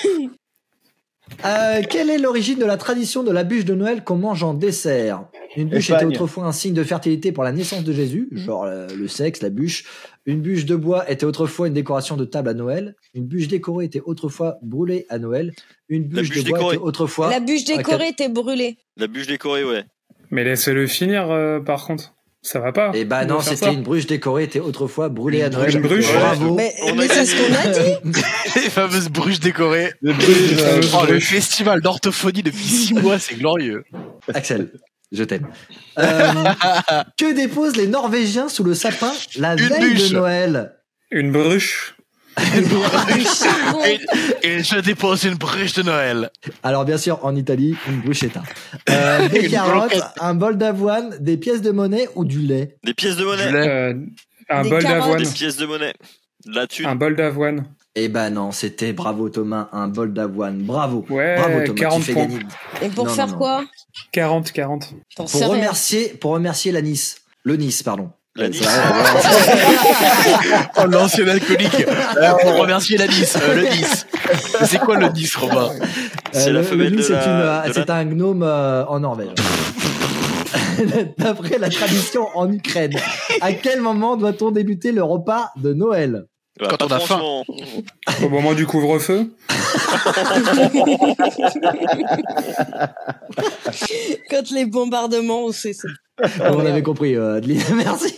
Speaker 1: Euh, quelle est l'origine de la tradition de la bûche de Noël qu'on mange en dessert Une bûche
Speaker 3: Espagne.
Speaker 1: était autrefois un signe de fertilité pour la naissance de Jésus, genre euh, le sexe, la bûche. Une bûche de bois était autrefois une décoration de table à Noël. Une bûche décorée était autrefois brûlée à Noël. Une
Speaker 6: La
Speaker 1: bûche,
Speaker 6: bûche
Speaker 1: de bois
Speaker 6: décorée.
Speaker 1: était autrefois...
Speaker 5: La bûche décorée
Speaker 1: Ok.
Speaker 5: était brûlée.
Speaker 6: La bûche décorée, ouais.
Speaker 2: Mais laissez-le finir, euh, par contre. Ça va pas.
Speaker 1: Eh ben
Speaker 2: de
Speaker 1: non,
Speaker 2: faire
Speaker 1: c'était
Speaker 2: ça.
Speaker 1: une bûche décorée était autrefois brûlée à Noël.
Speaker 2: Une bûche.
Speaker 1: Bravo.
Speaker 5: Mais,
Speaker 6: On a
Speaker 5: mais c'est ce qu'on a dit.
Speaker 4: Les fameuses bruges décorées.
Speaker 3: Les bruges,
Speaker 2: Les
Speaker 3: euh,
Speaker 2: fameuses-
Speaker 4: Oh, le
Speaker 2: bruges.
Speaker 4: festival d'orthophonie depuis 6 mois, c'est glorieux.
Speaker 1: Axel, je t'aime. Euh, que déposent les Norvégiens sous le sapin la
Speaker 4: Une
Speaker 1: veille
Speaker 4: bûche.
Speaker 1: de Noël
Speaker 2: Une bruche.
Speaker 5: Du charbon.
Speaker 4: Et, et je dépose une bruche de Noël.
Speaker 1: Alors bien sûr, en Italie, une bruschetta. Euh, des
Speaker 4: Une
Speaker 1: carottes,
Speaker 4: brochette.
Speaker 1: un bol d'avoine, des pièces de monnaie ou du lait
Speaker 6: Des pièces de
Speaker 4: Du
Speaker 6: monnaie.
Speaker 4: lait.
Speaker 2: euh, un
Speaker 5: Des
Speaker 2: bol
Speaker 5: carottes.
Speaker 2: d'avoine. Ah,
Speaker 6: Des pièces de monnaie. De la thune.
Speaker 2: Un bol d'avoine.
Speaker 1: Eh ben non, c'était bravo Thomas, un bol d'avoine. Bravo.
Speaker 2: Ouais,
Speaker 1: bravo Thomas,
Speaker 2: 40
Speaker 1: tu fais
Speaker 2: points.
Speaker 1: gagner.
Speaker 5: Et pour
Speaker 1: Non,
Speaker 5: faire
Speaker 1: non, non.
Speaker 5: quoi
Speaker 2: 40, 40.
Speaker 5: T'en sais
Speaker 1: Pour
Speaker 5: rien.
Speaker 1: remercier, pour remercier la Nice. Le Nice, pardon.
Speaker 6: La
Speaker 1: Euh,
Speaker 6: Nice.
Speaker 1: ça-
Speaker 4: Oh, l'ancien alcoolique. Euh, pour remercier la Nice, euh, le Nice. Mais C'est quoi le Nice, Robin
Speaker 6: C'est
Speaker 1: Euh,
Speaker 6: la
Speaker 1: le-
Speaker 6: femelle
Speaker 1: le loup,
Speaker 6: de
Speaker 1: c'est
Speaker 6: la-
Speaker 1: une, euh,
Speaker 6: de la-
Speaker 1: c'est un gnome euh, en Norvège. D'après la tradition en Ukraine, à quel moment doit-on débuter le repas de Noël
Speaker 6: Bah,
Speaker 4: Quand on a faim.
Speaker 6: franchement,
Speaker 2: Au moment du couvre-feu
Speaker 5: Quand les bombardements ont cessé.
Speaker 1: On avait compris, euh, Adeline. Merci.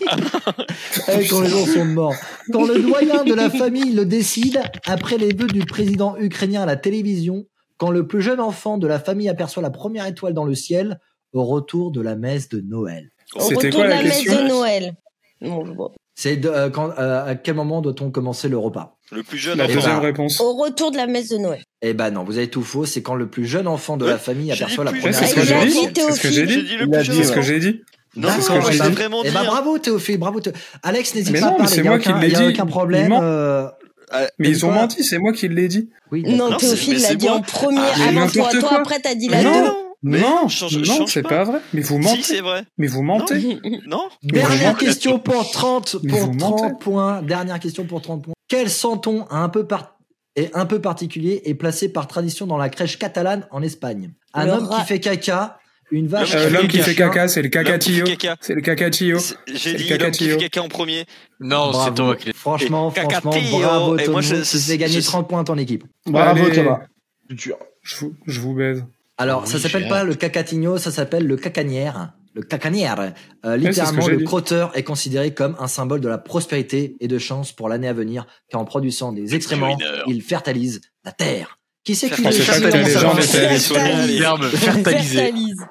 Speaker 1: Eh, quand les gens sont morts. Quand le doyen de la famille le décide, après les vœux du président ukrainien à la télévision, quand le plus jeune enfant de la famille aperçoit la première étoile dans le ciel, au retour de la messe de Noël.
Speaker 5: On
Speaker 6: Oh,
Speaker 2: C'était
Speaker 5: retourne
Speaker 2: quoi la
Speaker 5: à messe
Speaker 2: question
Speaker 5: de Noël. Bon, bon.
Speaker 1: C'est de- euh, quand, euh, à quel moment doit-on commencer le repas
Speaker 6: Le plus jeune
Speaker 2: La
Speaker 1: Et
Speaker 6: enfant.
Speaker 2: deuxième
Speaker 1: bah,
Speaker 2: réponse.
Speaker 6: Oh,
Speaker 5: Au retour de la messe de Noël.
Speaker 1: Eh ben non, vous avez tout faux. C'est quand le plus jeune enfant de
Speaker 6: Ouais,
Speaker 1: la famille
Speaker 6: j'ai dit
Speaker 1: aperçoit la
Speaker 6: plus
Speaker 2: Ouais,
Speaker 1: première
Speaker 2: c'est ce que
Speaker 5: Il a
Speaker 2: j'ai
Speaker 1: étoile.
Speaker 2: dit.
Speaker 5: dit,
Speaker 2: C'est ce que j'ai
Speaker 6: J'ai
Speaker 2: dit.
Speaker 6: dit le
Speaker 3: Il a dit,
Speaker 6: plus
Speaker 2: C'est
Speaker 6: jeune.
Speaker 2: ce que
Speaker 6: enfant.
Speaker 2: j'ai dit.
Speaker 6: Non,
Speaker 2: C'est ce que
Speaker 6: on
Speaker 2: j'ai
Speaker 6: va
Speaker 2: dit.
Speaker 6: vraiment hein.
Speaker 1: Eh ben
Speaker 6: dire.
Speaker 1: bravo Théophile, bravo Thé- Alex, n'hésite
Speaker 2: Mais
Speaker 1: pas
Speaker 2: non,
Speaker 1: à
Speaker 2: mais
Speaker 1: parler,
Speaker 2: c'est
Speaker 1: il y a
Speaker 2: moi qui
Speaker 1: aucun-
Speaker 2: l'ai
Speaker 1: il y a
Speaker 2: dit,
Speaker 1: aucun
Speaker 2: il
Speaker 1: problème.
Speaker 2: ment.
Speaker 1: euh,
Speaker 6: Ah,
Speaker 2: Mais
Speaker 1: Et
Speaker 2: ils ont
Speaker 1: quoi
Speaker 2: menti, c'est moi qui l'ai dit.
Speaker 1: Oui, d'accord.
Speaker 5: Non,
Speaker 6: Non, c'est-
Speaker 5: Théophile
Speaker 6: mais
Speaker 5: l'a
Speaker 6: c'est
Speaker 5: dit
Speaker 6: moi.
Speaker 5: en premier
Speaker 6: Ah, mais
Speaker 5: avant
Speaker 2: n'importe
Speaker 5: toi. Toi,
Speaker 2: quoi.
Speaker 5: après, t'as dit la
Speaker 2: Non,
Speaker 5: deux.
Speaker 6: Ah, Non, mais
Speaker 2: Non,
Speaker 6: change-
Speaker 2: non,
Speaker 6: change
Speaker 2: c'est
Speaker 6: pas.
Speaker 2: pas vrai. Mais vous
Speaker 6: si,
Speaker 2: mentez.
Speaker 6: c'est vrai.
Speaker 2: Mais vous mentez.
Speaker 6: Non
Speaker 1: Dernière
Speaker 2: Bonjour.
Speaker 1: question pour 30,
Speaker 2: Mais
Speaker 1: pour
Speaker 2: vous
Speaker 1: 30
Speaker 2: mentez.
Speaker 1: points. Dernière question pour 30 points. Quel santon a un peu par- est un peu particulier et placé par tradition dans la crèche catalane en Espagne Un
Speaker 5: Le
Speaker 1: homme
Speaker 5: rat.
Speaker 1: qui fait caca, une vache.
Speaker 2: Euh, L'homme qui
Speaker 6: Caca.
Speaker 2: fait caca, c'est le cacatillo.
Speaker 6: L'homme qui fait caca.
Speaker 2: C'est le cacatillo.
Speaker 6: C'est- J'ai
Speaker 2: le
Speaker 6: dit l'homme qui fait
Speaker 2: cacatillo.
Speaker 6: caca en premier.
Speaker 4: Non,
Speaker 1: Bravo.
Speaker 4: Oh, c'est Thomas qui l'ai
Speaker 1: Franchement,
Speaker 6: oh, Et
Speaker 1: franchement,
Speaker 6: cacatillo.
Speaker 1: bravo
Speaker 6: Et
Speaker 1: Thomas,
Speaker 6: moi, je-
Speaker 1: tu fais gagner
Speaker 6: je-
Speaker 1: 30 points à ton équipe.
Speaker 3: Bravo
Speaker 2: Allez.
Speaker 3: Thomas. Dur.
Speaker 2: Je vous, je vous baise.
Speaker 1: Alors,
Speaker 4: Oui,
Speaker 1: ça s'appelle
Speaker 4: j'ai
Speaker 1: pas le cacatigno, ça s'appelle le cacanière. Le cacanière. Euh,
Speaker 2: c'est ce
Speaker 1: littéralement,
Speaker 2: que j'ai
Speaker 1: le
Speaker 2: dit.
Speaker 1: crotteur est considéré comme un symbole de la prospérité et de chance pour l'année à venir, car en produisant des excréments,
Speaker 4: ruineur.
Speaker 1: il fertilise la terre. Qui c'est qui
Speaker 2: Je
Speaker 1: les
Speaker 2: sais
Speaker 6: Fertilise.
Speaker 2: pas
Speaker 1: chasseurs
Speaker 2: que la
Speaker 1: vont
Speaker 2: légende
Speaker 1: savoir
Speaker 2: était allée sur le-
Speaker 4: dit.
Speaker 6: Allez.
Speaker 4: Terme fertilisé.
Speaker 5: Fertilise.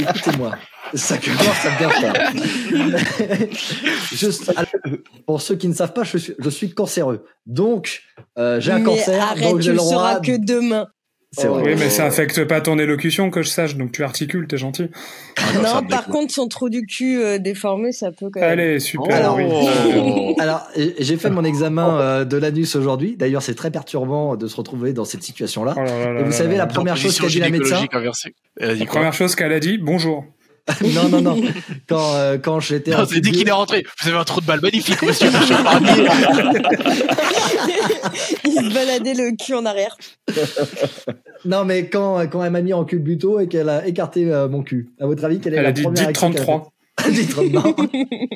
Speaker 1: Écoutez-moi, ça commence à bien faire. Je- alors, pour ceux qui ne savent pas, je suis, je suis cancéreux. Donc, euh, j'ai un
Speaker 5: Mais
Speaker 1: cancer,
Speaker 5: Arrête,
Speaker 1: donc
Speaker 5: tu
Speaker 1: j'ai
Speaker 5: le
Speaker 1: le droit.
Speaker 5: sauras que demain.
Speaker 1: C'est vrai.
Speaker 2: Oui, mais ça affecte pas ton élocution, que je sache. Donc tu articules, t'es gentil.
Speaker 1: Oh.
Speaker 4: Ah, non, ça
Speaker 5: Non,
Speaker 4: me
Speaker 5: par
Speaker 4: dégoûte.
Speaker 5: contre, son trou du cul euh, déformé, ça peut quand même.
Speaker 2: Allez, super.
Speaker 1: Alors,
Speaker 2: oui.
Speaker 4: Oh.
Speaker 1: Alors, j'ai j'ai fait mon examen euh, de l'anus aujourd'hui. D'ailleurs, c'est très perturbant de se retrouver dans cette situation-là.
Speaker 2: Oh là là
Speaker 1: Et
Speaker 2: là
Speaker 1: vous savez,
Speaker 2: là.
Speaker 1: la première chose qu'a dit
Speaker 4: Position
Speaker 1: la médecin
Speaker 4: gynécologique inversée. Elle a dit
Speaker 2: La
Speaker 4: quoi
Speaker 2: première chose qu'elle a dit, bonjour.
Speaker 1: Non, non, non. Quand, euh, quand j'étais en
Speaker 4: Non, c'est dès
Speaker 1: studio-
Speaker 4: qu'il est rentré. Vous avez un trou de balle magnifique, monsieur. Je suis parmi.
Speaker 5: Il se baladait le cul en arrière.
Speaker 1: Non, mais quand, quand elle m'a mis en cul buto et qu'elle a écarté euh, mon cul, à votre avis, quelle est
Speaker 2: Elle
Speaker 1: la
Speaker 2: a dit
Speaker 1: première
Speaker 2: dit
Speaker 1: action qu'elle a
Speaker 2: 33.
Speaker 1: faite Dit 30, non.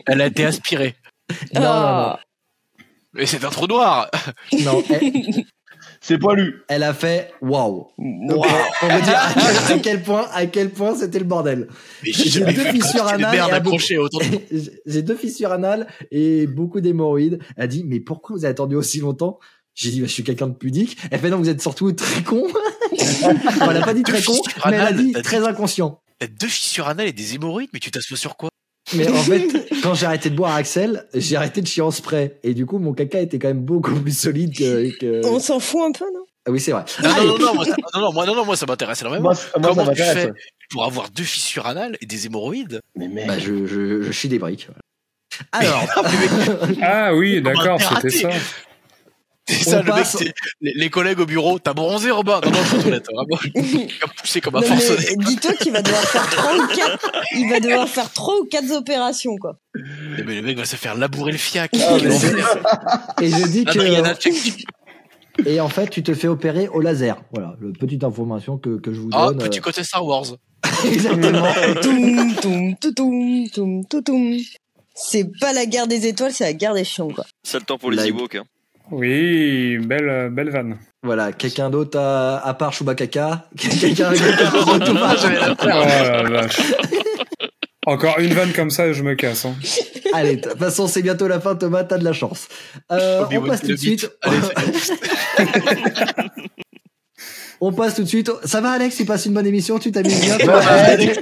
Speaker 4: Elle a été aspirée.
Speaker 1: Non, non,
Speaker 5: Ah.
Speaker 4: Mais c'est un trou noir.
Speaker 1: non. non elle,
Speaker 3: C'est poilu.
Speaker 1: elle a fait waouh. Donc, euh, Pour vous dire à quel, à quel point, à quel point c'était le bordel.
Speaker 4: Mais
Speaker 1: J'ai
Speaker 4: jamais
Speaker 1: deux
Speaker 4: vu un
Speaker 1: fissures
Speaker 4: costume de
Speaker 1: anales
Speaker 4: merde
Speaker 1: et un bout-
Speaker 4: accroché autour de
Speaker 1: J'ai deux fissures anales et beaucoup d'hémorroïdes. Elle a dit mais pourquoi vous avez attendu aussi longtemps j'ai dit, bah, je suis quelqu'un de pudique. Elle fait, non, vous êtes surtout très con. Bon, elle a pas dit
Speaker 4: Deux
Speaker 1: très con,
Speaker 4: fissures
Speaker 1: mais elle a
Speaker 4: anales,
Speaker 1: dit
Speaker 4: t'as dit.
Speaker 1: très inconscient.
Speaker 4: T'as deux fissures anales et des hémorroïdes, mais tu t'assois sur quoi
Speaker 1: Mais en fait, quand j'ai arrêté de boire Axel, j'ai arrêté de chier en spray. Et du coup, mon caca était quand même beaucoup plus solide que. que-
Speaker 5: On s'en fout un peu, non
Speaker 1: Ah oui, c'est vrai.
Speaker 4: non, non, non, non, moi, ça, non, non, moi, non, non, moi, ça m'intéresse énormément.
Speaker 3: Moi, c- moi, ça
Speaker 4: Comment tu
Speaker 3: m'intéresse.
Speaker 4: fais pour avoir deux fissures anales et des hémorroïdes
Speaker 3: Mais mec.
Speaker 1: Bah, je, je, je chie des briques. Alors,
Speaker 2: Ah oui,
Speaker 4: Comment
Speaker 2: d'accord,
Speaker 4: t'as
Speaker 2: c'était
Speaker 4: raté
Speaker 2: ça.
Speaker 4: C'est ça, le mec,
Speaker 1: passe-
Speaker 4: c'est- les, les collègues au bureau, t'as bronzé, Robin Non, non, je suis aux toilettes, vraiment, je suis poussé comme un
Speaker 5: Non, mais
Speaker 4: forcené.
Speaker 5: Dis-toi qu'il va devoir faire trois ou quatre. Il va devoir faire trois ou quatre opérations, quoi.
Speaker 4: Mais, le mec va se faire labourer le fiac.
Speaker 1: Ah,
Speaker 4: Quel
Speaker 1: mais
Speaker 4: enfer.
Speaker 1: et je dis
Speaker 4: Ah non, il y en a
Speaker 1: que.
Speaker 4: qui- qui-
Speaker 1: Et en fait, tu te fais opérer au laser. Voilà, le- petite information que, que je vous
Speaker 4: Ah,
Speaker 1: donne. euh,
Speaker 4: petit côté Star Wars.
Speaker 1: Exactement.
Speaker 5: Toum, toum, toutoum, toum, toutoum. C'est pas la guerre des étoiles, c'est la guerre des chiens, quoi.
Speaker 6: C'est le temps pour les
Speaker 1: Là, il-
Speaker 6: Ewoks. hein.
Speaker 2: Oui, belle, euh, belle vanne.
Speaker 1: Voilà, quelqu'un d'autre à, à part Chewbacca Quelqu'un quelqu'un d'autre autour
Speaker 4: Ah, j'allais la
Speaker 2: Oh
Speaker 4: faire.
Speaker 2: la vache. Encore une vanne comme ça et je me casse. hein.
Speaker 1: Allez, de toute façon, c'est bientôt la fin, Thomas, t'as de la chance. Euh, on
Speaker 4: Obi-Wan
Speaker 1: passe tout de
Speaker 4: Kenobi.
Speaker 1: suite.
Speaker 4: Allez, c'est-
Speaker 1: On passe tout de suite. Ça va, Alex Tu passes une bonne émission Tu t'amuses bien
Speaker 4: Bah,
Speaker 1: toi
Speaker 3: Ouais.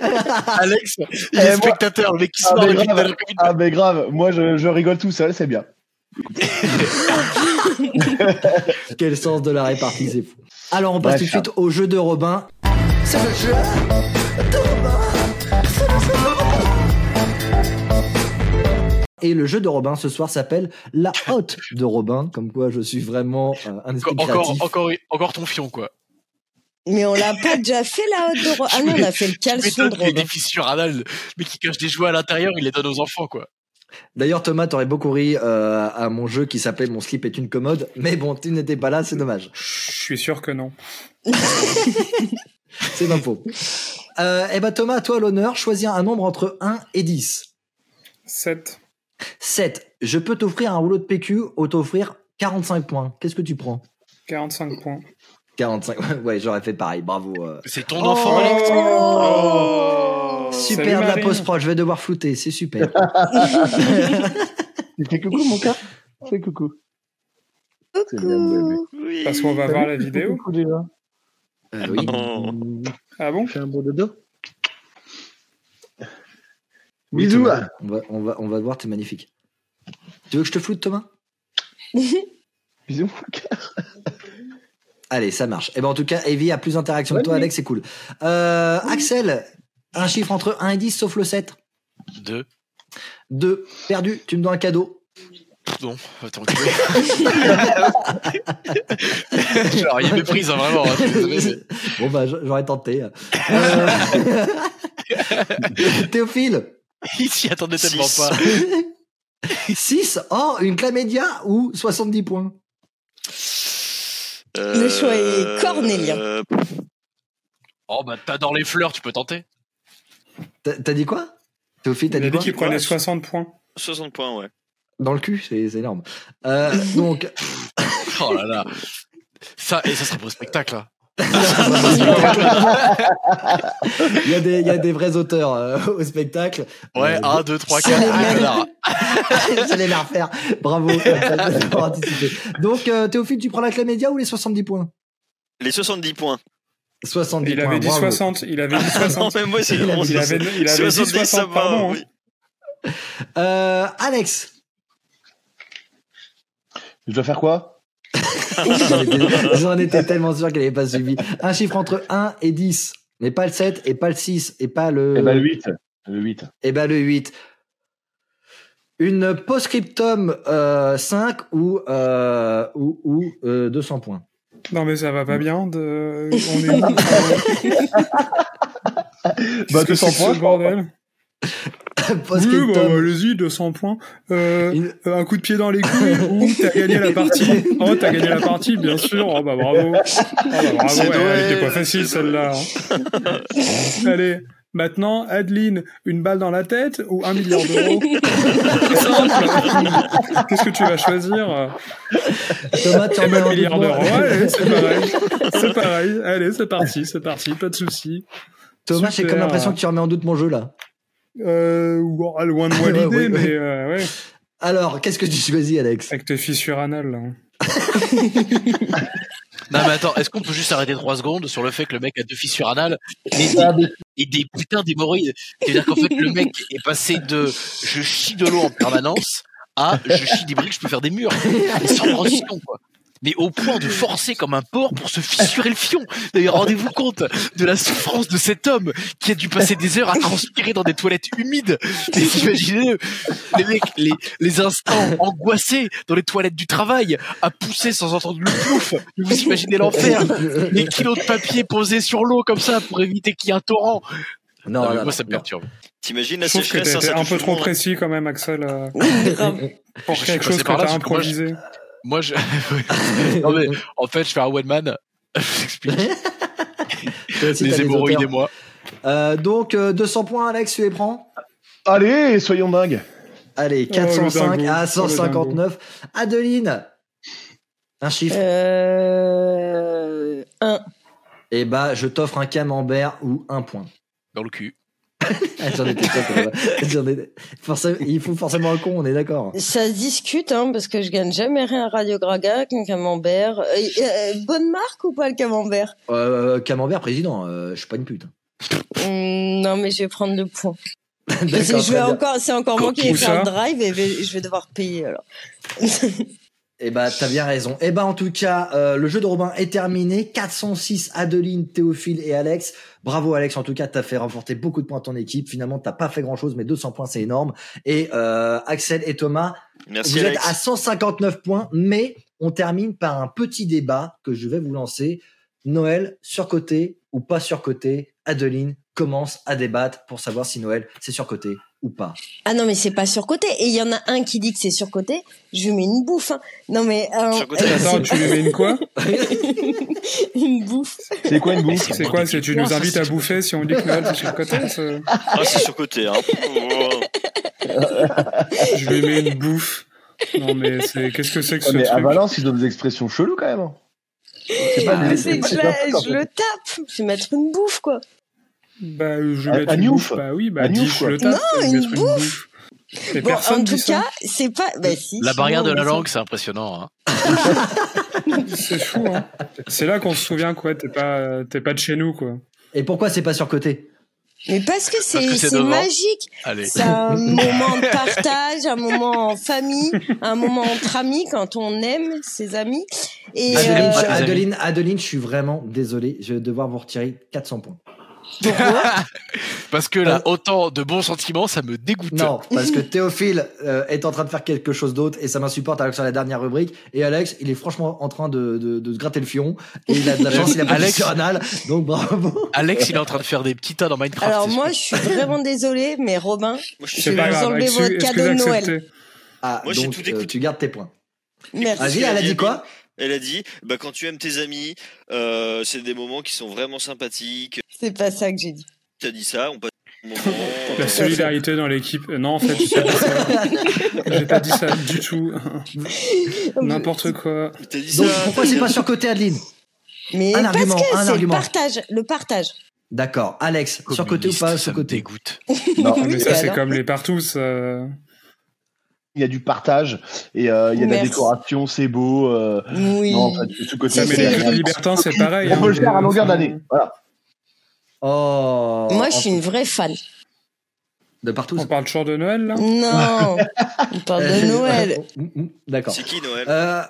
Speaker 4: Alex, il
Speaker 3: Eh,
Speaker 4: est
Speaker 3: moi-
Speaker 4: spectateur, le mec qui se
Speaker 3: Ah,
Speaker 4: marre
Speaker 3: mais
Speaker 4: depuis tout à
Speaker 3: grave.
Speaker 4: l'heure comme une
Speaker 3: Ah mais grave, moi je, je rigole tout seul, c'est bien.
Speaker 1: Quel sens de la répartie, c'est fou. Alors, on passe
Speaker 3: Bref,
Speaker 1: tout de suite au jeu de Robin. C'est le jeu Et le jeu de Robin ce soir s'appelle La Hotte de Robin. Comme quoi, je suis vraiment euh, un esprit
Speaker 4: Encore,
Speaker 1: créatif.
Speaker 4: encore, encore ton fion, quoi.
Speaker 5: Mais on l'a pas déjà fait la haute de Robin. Ah non, on a fait le
Speaker 4: Tu
Speaker 5: caleçon de
Speaker 4: m'étonnes qu'il y ait
Speaker 5: Robin.
Speaker 4: des fissures anales, mais qui cache des jouets à l'intérieur, il les donne aux enfants, quoi.
Speaker 1: D'ailleurs, Thomas, t'aurais beaucoup ri euh, à mon jeu qui s'appelait Mon slip est une commode. Mais bon, tu n'étais pas là, c'est dommage.
Speaker 2: Je suis sûr que non.
Speaker 1: C'est pas faux. Euh, eh ben, Thomas, à toi l'honneur, choisis un nombre entre 1 et 10.
Speaker 2: 7.
Speaker 1: 7. Je peux t'offrir un rouleau de PQ ou t'offrir 45 points. Qu'est-ce que tu prends
Speaker 2: 45 points.
Speaker 1: 45. Ouais, j'aurais fait pareil. Bravo. euh.
Speaker 4: C'est ton enfant.
Speaker 2: Oh.
Speaker 4: Alex.
Speaker 1: Super de la
Speaker 2: Marine.
Speaker 1: post-prod, je vais devoir flouter, c'est super.
Speaker 3: Il fait coucou, mon cas Fais coucou. C'est bien, bébé.
Speaker 7: Coucou.
Speaker 6: Oui.
Speaker 2: Parce qu'on va
Speaker 3: T'as
Speaker 2: voir
Speaker 3: vu,
Speaker 2: la
Speaker 3: il fait
Speaker 2: vidéo.
Speaker 3: coucou déjà.
Speaker 1: Euh, oui.
Speaker 6: Oh.
Speaker 2: Ah bon
Speaker 3: Fais un beau dodo.
Speaker 1: Oui,
Speaker 3: Bisous.
Speaker 1: Thomas, On va, on, va, on va voir, t'es magnifique. Tu veux que je te floute, Thomas
Speaker 3: Bisous, mon gars.
Speaker 1: Allez, ça marche. Et ben en tout cas, Evie a plus d'interaction que
Speaker 3: Bonne
Speaker 1: toi,
Speaker 3: nuit.
Speaker 1: Alex, c'est cool. Euh, Axel, un chiffre entre 1 et 10 sauf le 7.
Speaker 4: Deux.
Speaker 1: 2. Perdu, tu me dois un cadeau.
Speaker 4: Pff, Non, attends. Genre, il y a méprise, hein, vraiment. hein, je suis désolé,
Speaker 1: bon, bah, j- j'aurais tenté. Euh, Théophile,
Speaker 4: mais Il s'y attendait tellement
Speaker 6: Six.
Speaker 4: pas.
Speaker 1: 6. Oh, une clamédia ou 70 points
Speaker 5: Le choix est cornélien.
Speaker 6: euh,
Speaker 4: Oh, bah, t'adores les fleurs, tu peux tenter.
Speaker 1: T'as t'as dit quoi Théophile, t'as
Speaker 2: Il
Speaker 1: dit
Speaker 2: a dit
Speaker 1: quoi
Speaker 2: qu'il prenait 60 points.
Speaker 6: 60 points, ouais.
Speaker 1: Dans le cul, c'est c'est énorme. Euh, donc,
Speaker 4: Oh là là. Ça, et ça serait pour le spectacle, hein. là.
Speaker 1: il y, a des- il y a des vrais auteurs euh, au spectacle.
Speaker 4: Ouais,
Speaker 1: Euh,
Speaker 4: 1, 2, 3,
Speaker 1: c'est
Speaker 4: 4,
Speaker 1: les mêmes.
Speaker 4: connard.
Speaker 1: J'allais la refaire. Bravo Axel, d'avoir anticipé. Donc, euh, Théophile, tu prends la clamédia ou les 70 points
Speaker 6: Les 70 points.
Speaker 1: 70
Speaker 2: Il
Speaker 1: points.
Speaker 2: avait dit
Speaker 1: bravo.
Speaker 2: 60. Il avait dit
Speaker 6: Non,
Speaker 2: 60.
Speaker 6: mais moi, c'est
Speaker 1: Il a
Speaker 6: bon,
Speaker 2: Il
Speaker 1: dit-
Speaker 2: avait, il avait dit
Speaker 6: 70, ça
Speaker 2: 60,
Speaker 6: va,
Speaker 2: pardon. hein.
Speaker 6: oui.
Speaker 1: Euh, Alex,
Speaker 3: Je dois faire quoi
Speaker 1: J'en étais- J'en étais tellement sûr qu'elle n'avait pas suivi. Un chiffre entre 1 et 10. Mais pas le 7 et pas le 6 et pas le...
Speaker 3: Eh ben, le 8. Le 8.
Speaker 1: Eh ben, le 8. Une postscriptum euh, 5 ou, euh, ou, ou euh, 200 points.
Speaker 2: Non, mais ça va pas bien. De... On est où Qu'est-ce que
Speaker 3: 200
Speaker 2: c'est que
Speaker 3: points,
Speaker 2: ce bordel Oui, bah,
Speaker 1: Postscriptum.
Speaker 2: allez-y, 200 points. Euh,
Speaker 1: Une-
Speaker 2: euh, un coup de pied dans les couilles ou t'as gagné la partie. Oh, t'as gagné la partie, bien sûr. Oh, bah bravo. Oh, bah, bravo,
Speaker 6: C'est
Speaker 2: ouais,
Speaker 6: doué.
Speaker 2: elle était pas facile
Speaker 6: C'est doué.
Speaker 2: celle-là. hein. Allez, maintenant, Adeline, une balle dans la tête ou un milliard d'euros C'est simple. Qu'est-ce que tu vas choisir
Speaker 1: Thomas, tu en mets
Speaker 2: Un
Speaker 1: un
Speaker 2: milliard d'euros.
Speaker 1: dites-moi.
Speaker 2: Allez, c'est pareil. C'est pareil. Allez, c'est parti, c'est parti, pas de soucis.
Speaker 1: Thomas, j'ai comme
Speaker 2: Super.
Speaker 1: l'impression que tu remets en doute mon jeu là.
Speaker 2: Euh, ouah, loin de moi
Speaker 1: Ouais,
Speaker 2: l'idée,
Speaker 1: oui, oui.
Speaker 2: mais euh, ouais.
Speaker 1: Alors, qu'est-ce que tu choisis, Alex
Speaker 2: Avec tes fissures anales, là.
Speaker 4: Non, mais attends, est-ce qu'on peut juste arrêter 3 secondes sur le fait que le mec a deux fissures anales et des, et des putains d'hémorroïdes C'est-à-dire qu'en fait, le mec est passé de je chie de l'eau en permanence à je chie des briques, je peux faire des murs. Mais sans transition, quoi. Mais au point de forcer comme un porc pour se fissurer le fion. D'ailleurs, rendez-vous compte de la souffrance de cet homme qui a dû passer des heures à transpirer dans des toilettes humides. Mais imaginez les mecs, les, les instants angoissés dans les toilettes du travail à pousser sans entendre le plouf. Vous imaginez l'enfer des kilos de papier posés sur l'eau comme ça pour éviter qu'il y ait un torrent.
Speaker 1: Non,
Speaker 4: Non,
Speaker 2: Ah,
Speaker 1: non,
Speaker 4: mais
Speaker 1: non,
Speaker 4: moi, ça me
Speaker 1: non.
Speaker 4: perturbe.
Speaker 6: T'imagines la
Speaker 2: Je trouve que
Speaker 6: sécheresse,
Speaker 2: t'as
Speaker 6: ça,
Speaker 2: été un
Speaker 6: ça touche
Speaker 2: peu
Speaker 6: tout
Speaker 2: trop
Speaker 6: le monde.
Speaker 2: précis quand même, Axel, euh, pour
Speaker 4: Je suis
Speaker 2: quelque
Speaker 4: passé
Speaker 2: chose que
Speaker 4: par là,
Speaker 2: t'as
Speaker 4: c'est que moi,
Speaker 2: improvisé.
Speaker 4: Moi, je... non, mais en fait, je fais un one man. Je vous explique.
Speaker 1: Toi aussi, t'as
Speaker 4: les
Speaker 1: des
Speaker 4: hémorroïdes
Speaker 1: auteurs.
Speaker 4: et moi.
Speaker 1: Euh, donc, euh, 200 points, Alex, tu les prends
Speaker 3: Allez, soyons dingues.
Speaker 1: Allez,
Speaker 2: Oh,
Speaker 1: 405
Speaker 2: le dingo.
Speaker 1: à
Speaker 2: Oh, le
Speaker 1: 159. Adeline, un chiffre.
Speaker 5: Euh, un.
Speaker 1: Eh bah, je t'offre un camembert ou un point.
Speaker 4: Dans le cul.
Speaker 1: Ah, J'en étais sûr que- j'en étais- forcément- Il faut forcément un con, on est d'accord.
Speaker 5: Ça se discute, hein, parce que je gagne jamais rien à Radio Graga qu'un camembert. Euh, euh, bonne marque ou pas le camembert
Speaker 1: Euh, camembert, président, euh, je suis pas une pute.
Speaker 5: Hum, Non, mais je vais prendre le point.
Speaker 1: D'accord,
Speaker 5: Parce que
Speaker 1: très
Speaker 5: je vais
Speaker 1: bien.
Speaker 5: encore, c'est encore moi qui
Speaker 2: Où
Speaker 5: vais faire
Speaker 2: ça
Speaker 5: le drive et je vais- je vais devoir payer alors.
Speaker 1: Eh bah, t'as bien raison. Eh bah, en tout cas, euh, le jeu de Robin est terminé. 406 Adeline, Théophile et Alex. Bravo Alex, en tout cas, t'as fait remporter beaucoup de points à ton équipe. Finalement, t'as pas fait grand-chose, mais 200 points, c'est énorme. Et euh, Axel et Thomas,
Speaker 6: hein. Merci
Speaker 1: vous êtes
Speaker 6: Alex.
Speaker 1: à 159 points, mais on termine par un petit débat que je vais vous lancer. Noël, surcoté ou pas surcoté Adeline commence à débattre pour savoir si Noël, c'est surcoté ou pas.
Speaker 5: Ah non, mais c'est pas surcoté. Et il y en a un qui dit que c'est surcoté. Je lui mets une bouffe. hein. Non, mais. euh,
Speaker 6: Surcoté,
Speaker 5: euh,
Speaker 2: Attends, tu lui mets une quoi
Speaker 5: une bouffe.
Speaker 3: C'est quoi une bouffe
Speaker 2: C'est quoi C'est tu nous invites à bouffer si on dit que Noël c'est surcoté ça
Speaker 6: Ah, c'est surcoté, hein.
Speaker 2: Je lui mets une bouffe. Non mais c'est qu'est-ce que c'est que ce
Speaker 3: Mais à
Speaker 2: truc
Speaker 3: Valence, ils donnent des expressions cheloues quand même. hein. C'est pas des-
Speaker 5: Euh, C'est que je,
Speaker 3: c'est pas tout à
Speaker 5: la- je
Speaker 3: fait.
Speaker 5: le tape. Je vais mettre une bouffe, quoi.
Speaker 2: Bah je
Speaker 3: À-
Speaker 2: vais mettre
Speaker 3: à
Speaker 2: une
Speaker 3: Niouf.
Speaker 2: bouffe. Bah oui, bah
Speaker 3: À
Speaker 2: dis,
Speaker 3: Niouf,
Speaker 2: je le
Speaker 5: quoi.
Speaker 2: tape.
Speaker 5: Non,
Speaker 2: je vais
Speaker 5: une
Speaker 2: mettre bouffe. Et
Speaker 5: Bon,
Speaker 2: personne
Speaker 5: en tout
Speaker 2: dit ça.
Speaker 5: cas, c'est pas. Bah, si,
Speaker 4: La
Speaker 5: sinon,
Speaker 4: barrière de
Speaker 5: on
Speaker 4: la
Speaker 5: dit ça.
Speaker 4: langue, c'est impressionnant. Hein.
Speaker 2: C'est fou, hein. C'est là qu'on se souvient, quoi. T'es pas, t'es pas de chez nous, quoi.
Speaker 1: Et pourquoi c'est pas surcoté
Speaker 5: Mais parce que
Speaker 4: que
Speaker 5: c'est
Speaker 4: c'est
Speaker 5: c'est
Speaker 4: devant.
Speaker 5: magique.
Speaker 4: Allez.
Speaker 5: C'est un moment de partage, un moment en famille, un moment entre amis quand on aime ses amis. Et
Speaker 4: Ah,
Speaker 1: Adeline,
Speaker 5: euh,
Speaker 4: pas les
Speaker 1: Adeline, Adeline, je suis vraiment désolé, je vais devoir vous retirer 400 points.
Speaker 4: Parce que là, autant de bons sentiments, ça me dégoûte.
Speaker 1: Euh. Non, parce que Théophile euh, est en train de faire quelque chose d'autre et ça m'insupporte Alex sur la dernière rubrique. Et Alex, il est franchement en train de, de, de se gratter le fion. Et il a de la chance, il a pas
Speaker 4: Alex-
Speaker 1: Alex... sur anal, donc bravo.
Speaker 4: Alex, il est en train de faire des petits tas dans Minecraft.
Speaker 5: alors
Speaker 4: c'est
Speaker 5: moi, je suis vraiment désolée, mais Robin,
Speaker 6: Moi,
Speaker 5: Je
Speaker 6: je
Speaker 2: C'est
Speaker 5: vais
Speaker 2: pas
Speaker 5: vous
Speaker 2: grave.
Speaker 5: enlever
Speaker 2: Excu-
Speaker 5: votre cadeau de
Speaker 2: excusez,
Speaker 5: Noël.
Speaker 2: acceptez.
Speaker 1: Ah,
Speaker 6: Moi, j'ai
Speaker 1: donc
Speaker 6: tout
Speaker 1: euh,
Speaker 6: découpé.
Speaker 1: tu gardes tes points.
Speaker 5: merci.
Speaker 1: Vas-y, elle a dit quoi
Speaker 6: Elle a dit, bah, quand tu aimes tes amis, euh, c'est des moments qui sont vraiment sympathiques.
Speaker 5: C'est pas ça que j'ai dit.
Speaker 6: T'as dit ça, on passe un moment.
Speaker 2: La solidarité dans l'équipe. Euh, Non, en fait, j'ai pas dit ça. J'ai pas dit ça du tout. N'importe quoi.
Speaker 6: T'as dit
Speaker 1: Donc
Speaker 6: ça.
Speaker 1: pourquoi c'est pas surcoté Adeline
Speaker 5: Mais
Speaker 1: Un
Speaker 5: parce
Speaker 1: argument,
Speaker 5: que
Speaker 1: un
Speaker 5: c'est le
Speaker 1: argument.
Speaker 5: partage, le partage.
Speaker 1: D'accord, Alex,
Speaker 4: communiste,
Speaker 1: surcoté ou pas
Speaker 4: ça me
Speaker 1: surcoté
Speaker 4: dégoûte.
Speaker 3: Non,
Speaker 2: Mais
Speaker 5: Oui,
Speaker 2: ça, c'est
Speaker 5: alors.
Speaker 2: comme les partous. euh.
Speaker 3: il y a du partage et euh, il y a de la
Speaker 5: Merci.
Speaker 3: décoration, c'est beau. euh,
Speaker 5: Oui.
Speaker 3: Non, en fait, de tout côté.
Speaker 2: Ouais, mais
Speaker 5: c'est-
Speaker 2: les clubs libertins, c'est pareil.
Speaker 3: On
Speaker 2: hein.
Speaker 3: peut le faire à
Speaker 2: Enfin,
Speaker 3: longueur d'année. Voilà.
Speaker 1: Oh
Speaker 5: Moi,
Speaker 1: en-
Speaker 5: je suis une vraie fan.
Speaker 1: de partout. Euh,
Speaker 2: On parle toujours de Noël, là
Speaker 5: Non, on parle de Noël.
Speaker 1: Mm, D'accord.
Speaker 6: C'est qui Noël
Speaker 1: Euh,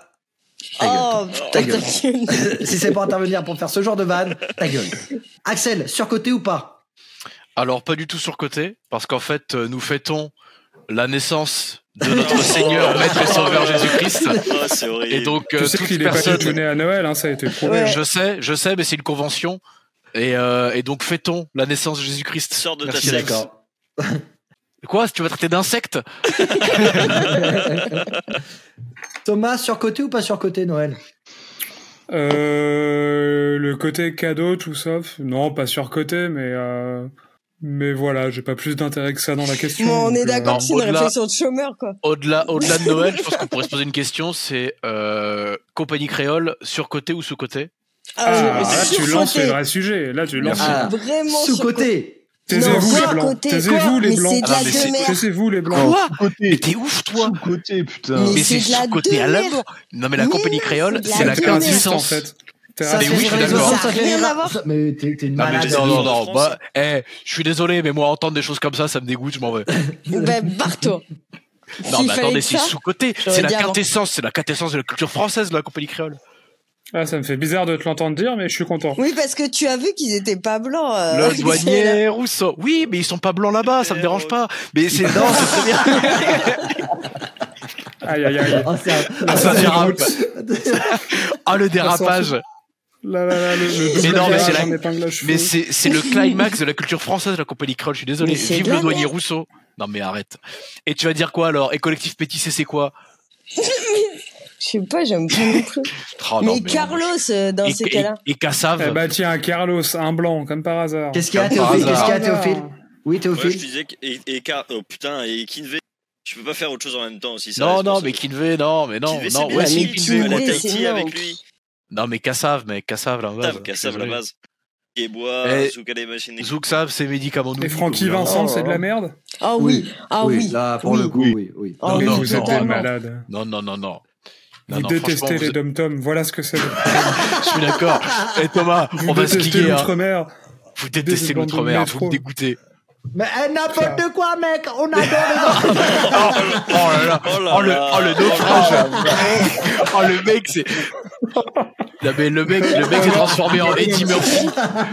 Speaker 5: Oh,
Speaker 4: Euh,
Speaker 1: ta
Speaker 5: putain,
Speaker 1: gueule.
Speaker 5: ta gueule.
Speaker 1: si c'est pour intervenir pour faire ce genre de vanne, ta gueule. Axel, surcoté ou pas
Speaker 4: Alors, pas du tout surcoté, parce qu'en fait, euh, nous fêtons la naissance de notre Seigneur, Maître et Sauveur Jésus-Christ.
Speaker 6: Ah, c'est horrible.
Speaker 4: Et donc, euh,
Speaker 2: Tu sais
Speaker 4: toute
Speaker 2: qu'il est pas
Speaker 4: personne...
Speaker 2: du tout né à Noël, hein, ça a été prouvé.
Speaker 5: Ouais.
Speaker 4: Je sais, je sais, mais c'est une convention. Et, euh, et donc, fêtons la naissance de Jésus-Christ.
Speaker 6: Sors de ta
Speaker 4: Merci,
Speaker 6: secte.
Speaker 4: Alex. Quoi Tu vas traiter d'insecte
Speaker 1: Thomas, surcoté ou pas surcoté Noël
Speaker 2: Euh, le côté cadeau, tout sauf. Non, pas surcoté, mais euh, mais voilà, j'ai pas plus d'intérêt que ça dans la question.
Speaker 5: Bon, on
Speaker 2: donc,
Speaker 5: est
Speaker 2: euh,
Speaker 5: d'accord
Speaker 4: non,
Speaker 5: que c'est une
Speaker 4: au-delà-
Speaker 5: réflexion de chômeur, quoi.
Speaker 4: Au-delà au -delà de Noël, je pense qu'on pourrait se poser une question, c'est euh, compagnie créole, surcoté ou sous-coté
Speaker 2: Ah,
Speaker 5: oui,
Speaker 2: là,
Speaker 5: mais
Speaker 2: tu lances
Speaker 5: surcoté.
Speaker 2: le vrai sujet. Là, tu lances.
Speaker 1: Merci. Ah.
Speaker 5: Vraiment
Speaker 1: Sous-coté
Speaker 2: Taisez-vous,
Speaker 5: Non,
Speaker 2: les
Speaker 5: quoi,
Speaker 2: blancs.
Speaker 5: côté,
Speaker 2: Taisez-vous,
Speaker 5: quoi
Speaker 2: les
Speaker 5: Mais
Speaker 2: blancs.
Speaker 5: c'est de
Speaker 4: Ah,
Speaker 5: la
Speaker 4: mais c'est- Oh,
Speaker 5: demeure.
Speaker 2: Taisez-vous, les blancs.
Speaker 4: Quoi Mais
Speaker 3: Côté.
Speaker 4: t'es ouf, toi
Speaker 3: Sous côté, putain.
Speaker 5: Mais
Speaker 4: Mais
Speaker 5: c'est
Speaker 4: c'est
Speaker 5: de la
Speaker 4: sous-coté à la
Speaker 5: demeure.
Speaker 4: mort Non mais la
Speaker 5: Mais
Speaker 4: compagnie
Speaker 5: non,
Speaker 4: créole,
Speaker 5: c'est de la
Speaker 4: c'est la
Speaker 2: T'es
Speaker 5: demeure.
Speaker 2: raciste, en
Speaker 4: quintessence.
Speaker 2: fait. T'es
Speaker 1: Ça,
Speaker 4: Ah, mais
Speaker 1: c'est
Speaker 2: raciste.
Speaker 4: oui, je suis
Speaker 1: sur les
Speaker 4: d'accord.
Speaker 1: autres, ça
Speaker 5: Ça
Speaker 1: fait
Speaker 5: a rien
Speaker 1: rire.
Speaker 5: à voir.
Speaker 1: Ça- Mais t'es t'es une
Speaker 4: Non, Ah, mais
Speaker 1: malade.
Speaker 6: les
Speaker 4: non,
Speaker 6: amis
Speaker 4: non,
Speaker 6: de
Speaker 4: non,
Speaker 6: France.
Speaker 4: bah, eh, je suis désolé, mais moi, entendre des choses comme ça, ça me dégoûte, je m'en vais.
Speaker 5: Ben,
Speaker 4: Non,
Speaker 5: barre-toi. S'il
Speaker 4: mais
Speaker 5: fallait
Speaker 4: attendez,
Speaker 5: que
Speaker 4: c'est
Speaker 5: ça,
Speaker 4: sous-côté.
Speaker 5: j'aurais
Speaker 4: C'est la
Speaker 5: dit avant.
Speaker 4: quintessence, c'est la quintessence de la culture française, la compagnie créole.
Speaker 2: Ah, ça me fait bizarre de te l'entendre dire, mais je suis content.
Speaker 5: Oui, parce que tu as vu qu'ils étaient pas blancs. euh,
Speaker 4: Le douanier Rousseau. Oui, mais ils sont pas blancs là-bas, ça me dérange pas. Mais c'est, non, c'est très bien.
Speaker 2: Aïe, aïe, aïe.
Speaker 1: Oh, c'est un-
Speaker 4: Ah, ça dérape. Ah, le dérapage.
Speaker 2: Là, là, là, le, le double
Speaker 4: Mais non, mais c'est
Speaker 2: virage
Speaker 4: la-
Speaker 2: en épingle à cheveux.
Speaker 4: Mais c'est, c'est le climax de la culture française, la compagnie créole, je suis désolé.
Speaker 5: Mais c'est
Speaker 4: Vive
Speaker 5: de
Speaker 4: le
Speaker 5: la
Speaker 4: douanier
Speaker 5: merde.
Speaker 4: Rousseau. Non, mais arrête. Et tu vas dire quoi alors Et collectif pétissé, c'est quoi
Speaker 5: Je sais pas, j'aime pas non plus.
Speaker 4: Oh, non,
Speaker 5: mais, Carlos, euh, dans
Speaker 4: et,
Speaker 5: ces
Speaker 4: et-
Speaker 5: cas-là.
Speaker 4: et Cassave.
Speaker 2: Eh bah tiens, Carlos, un blanc, comme par hasard.
Speaker 1: Qu'est-ce qu'il y a,
Speaker 4: Comme par
Speaker 1: Théophile Qu'est-ce
Speaker 4: hasard.
Speaker 1: qu'il y a, Théophile Oui,
Speaker 6: Ah, Ouais, je te
Speaker 1: Théophile
Speaker 6: disais que. Et, et Car- oh, putain, et Kinvey, tu peux pas faire autre chose en même temps aussi. ça
Speaker 4: Non,
Speaker 6: reste
Speaker 4: non,
Speaker 6: dans
Speaker 4: mais
Speaker 6: ce-
Speaker 4: Kinvey, non, mais non,
Speaker 6: Kinvey, c'est
Speaker 4: non,
Speaker 6: bien,
Speaker 4: ouais,
Speaker 5: mais
Speaker 4: si,
Speaker 5: tu-
Speaker 4: Kinvey,
Speaker 6: à la
Speaker 4: moi,
Speaker 5: Kinvey,
Speaker 4: t'as-
Speaker 5: c'est
Speaker 6: Tahiti
Speaker 5: énorme.
Speaker 6: avec lui.
Speaker 4: Non, mais Kassav, mais Kassav, là,
Speaker 6: Putain, Kassav, la base. Et bois,
Speaker 4: Eh,
Speaker 6: Zoukale, machine.
Speaker 4: Zouksav, c'est médicament nous.
Speaker 2: Et Francky Vincent, c'est de la merde.
Speaker 5: Ah oui. Ah oui.
Speaker 1: Là, pour le coup,
Speaker 3: Oui.
Speaker 1: oui, oui.
Speaker 5: Ah
Speaker 4: Non,
Speaker 6: Oh.
Speaker 2: Mais
Speaker 5: oui,
Speaker 4: non,
Speaker 2: vous êtes des
Speaker 5: totalement.
Speaker 2: malades.
Speaker 4: Non, non, non, non. Non,
Speaker 2: Vous
Speaker 4: non,
Speaker 2: détestez
Speaker 4: franchement,
Speaker 2: les
Speaker 4: vous-
Speaker 2: dom-toms, voilà ce que c'est.
Speaker 4: Je suis d'accord. Et Thomas,
Speaker 2: Vous
Speaker 4: on va
Speaker 2: détestez
Speaker 4: skier. hein.
Speaker 2: l'outre-mer.
Speaker 4: Vous détestez
Speaker 2: des bandes de
Speaker 4: l'outre-mer,
Speaker 2: métro.
Speaker 4: vous me dégoûtez.
Speaker 1: Mais eh, n'importe quoi, mec On adore
Speaker 4: Oh, oh là là.
Speaker 6: Oh là
Speaker 4: Oh le,
Speaker 6: là.
Speaker 4: oh, le naufrage Oh le mec c'est... Non mais le mec, le mec s'est transformé en Eddie Murphy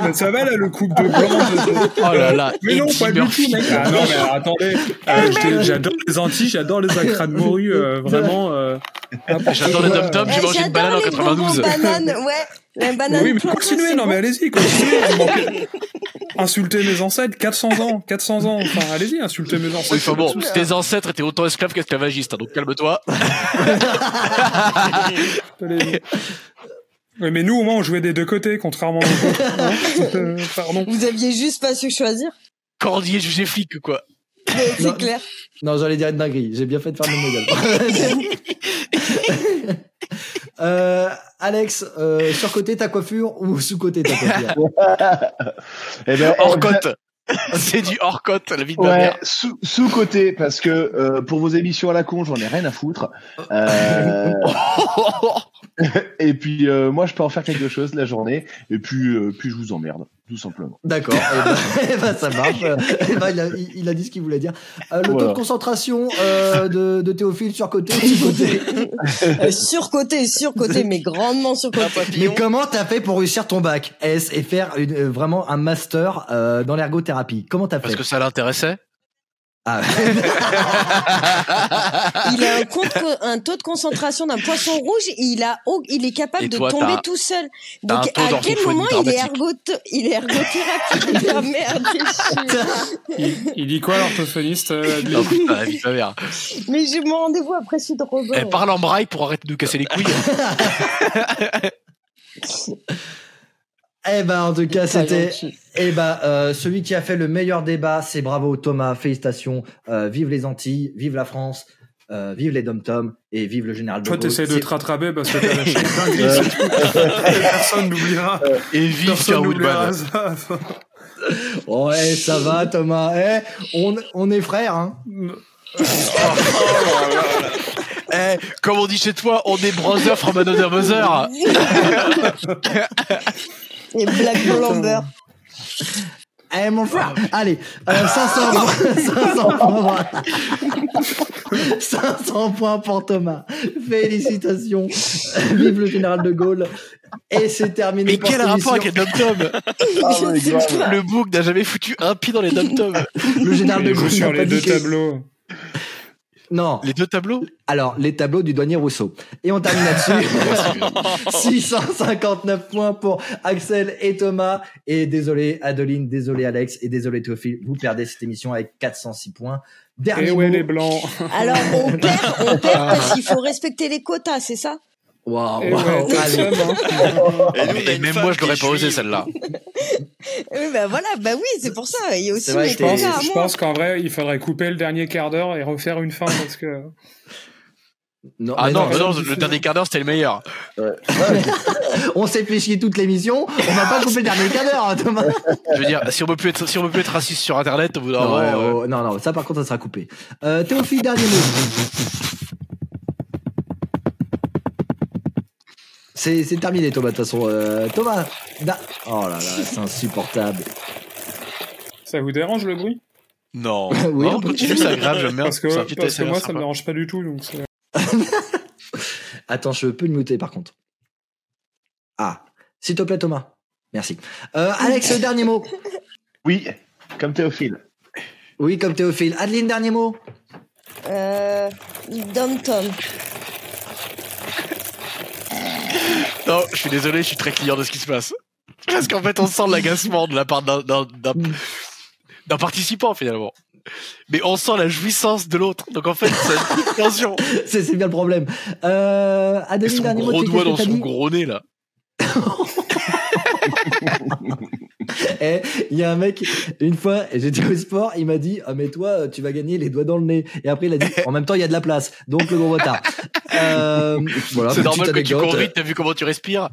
Speaker 2: Mais ça va là le couple de blanc de-
Speaker 4: Oh là là
Speaker 2: Mais non,
Speaker 4: Eddie
Speaker 2: pas du
Speaker 4: Murphy.
Speaker 2: tout, mec. Ah non, mais alors, attendez, euh, j'ai- j'adore les Antilles, j'adore les acras de morue, euh, vraiment. euh, n'importe
Speaker 4: J'adore les
Speaker 2: quoi.
Speaker 4: Tom Tom,
Speaker 5: Eh,
Speaker 4: j'ai mangé une
Speaker 5: j'adore
Speaker 4: banane en
Speaker 5: les bonbons
Speaker 4: 92
Speaker 5: bananes, ouais. La banane
Speaker 2: Oui, mais
Speaker 5: plante,
Speaker 2: continuez,
Speaker 5: c'est
Speaker 2: Ah, non,
Speaker 5: bon.
Speaker 2: mais allez-y, continuez. vous manquez- Insultez mes ancêtres, 400 ans, 400 ans. Enfin, allez-y, insultez mes
Speaker 4: Oui,
Speaker 2: ancêtres.
Speaker 4: enfin bon, tes ancêtres étaient autant esclaves qu'esclavagistes, hein, donc calme-toi.
Speaker 2: Allez-y. Ouais, mais nous, au moins, on jouait des deux côtés, contrairement aux Euh, Pardon.
Speaker 5: Vous aviez juste pas su choisir.
Speaker 4: Cordier jugé flic, quoi.
Speaker 5: Mais
Speaker 1: Non.
Speaker 5: C'est clair.
Speaker 1: Non, j'allais dire une dinguerie. J'ai bien fait de faire mon gueule. euh, Alex, euh, surcoté ta coiffure ou sous-côté ta coiffure
Speaker 3: Eh ben, eh
Speaker 4: Hors
Speaker 3: ben,
Speaker 4: cote. C'est du hors cote, la vie de ma
Speaker 3: Ouais,
Speaker 4: mère.
Speaker 3: sous, sous côté parce que euh, pour vos émissions à la con, j'en ai rien à foutre. Euh, et puis euh, moi, je peux en faire quelque chose la journée. Et puis, euh, puis je vous emmerde, tout simplement.
Speaker 1: D'accord, eh ben, eh ben, ça marche. Eh ben, il, a, il- il a dit ce qu'il voulait dire. Euh, le taux
Speaker 3: Voilà.
Speaker 1: de concentration euh, de, de Théophile surcoté ou sous-côté
Speaker 5: Euh, surcoté, surcoté, mais grandement
Speaker 6: Un
Speaker 5: surcoté.
Speaker 1: Mais
Speaker 6: papillon.
Speaker 1: comment t'as fait pour réussir ton bac S et faire une- euh, vraiment un master euh, dans l'ergothérapie Comment t'as fait
Speaker 4: Parce que ça l'intéressait.
Speaker 1: Ah,
Speaker 5: Il a un, compte- un taux de concentration d'un poisson rouge et il, a, au- il est capable
Speaker 4: Et
Speaker 5: de
Speaker 4: toi,
Speaker 5: tomber
Speaker 4: t'as-
Speaker 5: tout seul.
Speaker 4: t'as
Speaker 5: Donc
Speaker 4: un taux
Speaker 5: à quel
Speaker 4: d'orthophonie
Speaker 5: moment il est,
Speaker 4: dramatique.
Speaker 5: ergote- il est ergothérapeute Ah, merde, je
Speaker 2: Il, il dit quoi, l'orthophoniste euh, Adeline
Speaker 4: Oh putain, la vie de ma mère.
Speaker 5: suis- Mais j'ai mon rendez-vous après celui de Robin.
Speaker 4: Elle parle en braille pour arrêter de nous casser les couilles.
Speaker 1: eh ben en tout cas
Speaker 5: Pas
Speaker 1: c'était
Speaker 5: gentil.
Speaker 1: eh ben euh, celui qui a fait le meilleur débat c'est bravo Thomas félicitations Euh, vive les Antilles vive la France euh, vive les Dom Tom et vive le général de
Speaker 2: Toi,
Speaker 1: Gaulle.
Speaker 2: t'essayes de
Speaker 1: C'est-
Speaker 2: te rattraper parce que t'as lâché Euh, une dinguerie, c'est tout. Personne n'oubliera.
Speaker 4: Et vive
Speaker 2: Personne
Speaker 4: Pierre
Speaker 2: n'oubliera
Speaker 4: Woodman.
Speaker 2: ça.
Speaker 1: Ouais ça va Thomas eh on on est frères hein
Speaker 4: Eh, comme on dit chez toi, on est brother from another mother.
Speaker 5: Et Black Lambert.
Speaker 1: Eh mon frère
Speaker 4: Ah
Speaker 1: Allez, euh, 500 points 500 points 500 points pour Thomas Félicitations Vive le général de Gaulle Et c'est terminé
Speaker 4: Mais
Speaker 1: pour
Speaker 4: quel
Speaker 1: cette
Speaker 4: rapport avec
Speaker 1: émission.
Speaker 4: les dom-toms
Speaker 1: Oh
Speaker 5: Je sais pas.
Speaker 4: Le bouc n'a jamais foutu un pied dans les dom-toms.
Speaker 1: Le général de
Speaker 2: Il joue
Speaker 1: Gaulle
Speaker 2: sur
Speaker 1: n'a pas
Speaker 2: les
Speaker 1: dit
Speaker 2: deux
Speaker 1: que-
Speaker 2: tableaux.
Speaker 1: Non,
Speaker 4: Les deux tableaux
Speaker 1: alors les tableaux du douanier Rousseau. Et on termine là-dessus. 659 points pour Axel et Thomas. Et désolé Adeline, désolé Alex et désolé Théophile, vous perdez cette émission avec 406 points. Dernier
Speaker 2: Et Eh ouais,
Speaker 1: mot.
Speaker 2: les blancs.
Speaker 5: Alors on perd, on perd
Speaker 1: Ah.
Speaker 5: parce qu'il faut respecter les quotas, c'est ça
Speaker 1: Waouh,
Speaker 2: Et
Speaker 1: waouh,
Speaker 2: Eh ouais,
Speaker 1: Oh, allez.
Speaker 2: personne, hein.
Speaker 6: Et nous, on a
Speaker 4: Et
Speaker 6: une
Speaker 4: même
Speaker 6: femme
Speaker 4: moi, je
Speaker 6: qui est
Speaker 4: l'aurais pas osé
Speaker 6: juive.
Speaker 4: celle-là.
Speaker 5: Oui, bah voilà, bah oui, c'est pour ça. Il y a aussi
Speaker 1: C'est vrai
Speaker 5: mes
Speaker 1: que t'es-
Speaker 5: quotas à
Speaker 2: Je
Speaker 5: moi.
Speaker 2: pense qu'en vrai, il faudrait couper le dernier quart d'heure et refaire une fin parce que.
Speaker 1: Non,
Speaker 4: Ah
Speaker 1: mais
Speaker 4: non,
Speaker 1: non,
Speaker 4: mais non,
Speaker 2: c'est-
Speaker 4: le dernier quart d'heure, c'était le meilleur.
Speaker 1: on s'est fait chier toute l'émission, on va pas couper le dernier quart d'heure, hein, Thomas.
Speaker 4: Je veux dire, si on peut plus être, si on peut plus être raciste sur Internet, au bout d'un
Speaker 1: Non,
Speaker 4: moment, euh,
Speaker 1: ouais, oh, non, non, ça par contre, ça sera coupé. Euh, Théophile, dernier mot. C'est c'est terminé, Thomas, de toute façon. Euh, Thomas, da- oh là là, c'est insupportable.
Speaker 2: Ça vous dérange le bruit
Speaker 4: non.
Speaker 1: Oui,
Speaker 4: non,
Speaker 1: on
Speaker 4: on
Speaker 1: peut-
Speaker 4: continue, c'est agréable, j'aime bien.
Speaker 2: Parce que,
Speaker 4: C'est un petit
Speaker 2: parce que
Speaker 4: essai,
Speaker 2: moi, ça
Speaker 4: c'est
Speaker 2: me
Speaker 4: sympa.
Speaker 2: dérange pas du tout. Donc c'est-
Speaker 1: Attends, je peux le muter par contre. Ah, s'il te plaît, Thomas. Merci. Euh, Alex, le dernier mot.
Speaker 3: Oui, comme Théophile.
Speaker 1: Oui, comme Théophile. Adeline, dernier mot.
Speaker 5: Euh, Dom Tom.
Speaker 4: Non, je suis désolé, je suis très client de ce qui se passe. Parce qu'en fait, on sent l'agacement de la part d'un- d'un d'un- d'un participant, finalement. Mais on sent la jouissance de l'autre. Donc en fait, c'est une petite tension.
Speaker 1: C'est c'est bien le problème. Euh,
Speaker 4: Et
Speaker 1: Adeline,
Speaker 4: son
Speaker 1: dernier mot.
Speaker 4: gros
Speaker 1: tu sais
Speaker 4: doigt
Speaker 1: qu'est-ce
Speaker 4: dans
Speaker 1: que t'as
Speaker 4: son
Speaker 1: dit
Speaker 4: gros nez, là.
Speaker 1: Eh, il y a un mec, une fois, j'étais au sport, il m'a dit, ah, mais toi, tu vas gagner les doigts dans le nez. Et après, il a dit, en même temps, il y a de la place. Donc, le gros retard. Euh, voilà,
Speaker 4: c'est
Speaker 1: petite
Speaker 4: normal que tu
Speaker 1: anecdote.
Speaker 4: cours vite, t'as vu comment tu respires.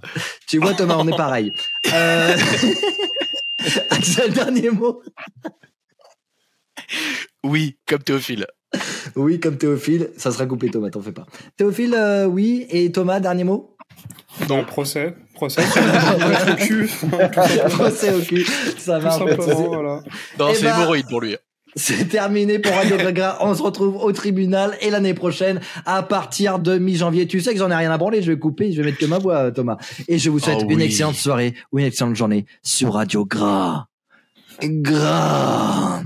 Speaker 1: Tu vois, Thomas, on est pareil. Euh, Axel, dernier mot.
Speaker 4: Oui, comme Théophile.
Speaker 1: Oui, comme Théophile, ça sera coupé, Thomas, t'en fais pas. Théophile, euh, oui. Et Thomas, dernier mot.
Speaker 2: Bah, procès, Procès, sur le cul. tout simplement.
Speaker 1: Procès au cul. Ça
Speaker 2: Tout
Speaker 1: va. on peut
Speaker 2: simplement,
Speaker 1: utiliser.
Speaker 2: voilà.
Speaker 4: Non,
Speaker 1: Eh
Speaker 4: c'est
Speaker 1: ben-
Speaker 4: hémorroïde pour lui. hein.
Speaker 1: C'est terminé pour Radio Gaga. On se retrouve au tribunal et l'année prochaine à partir de mi-janvier. Tu sais que j'en ai rien à branler. Je vais couper. Je vais mettre que ma voix, Thomas. Et je vous souhaite
Speaker 4: Oh
Speaker 1: une
Speaker 4: oui.
Speaker 1: excellente soirée ou une excellente journée sur Radio Gras. Gras.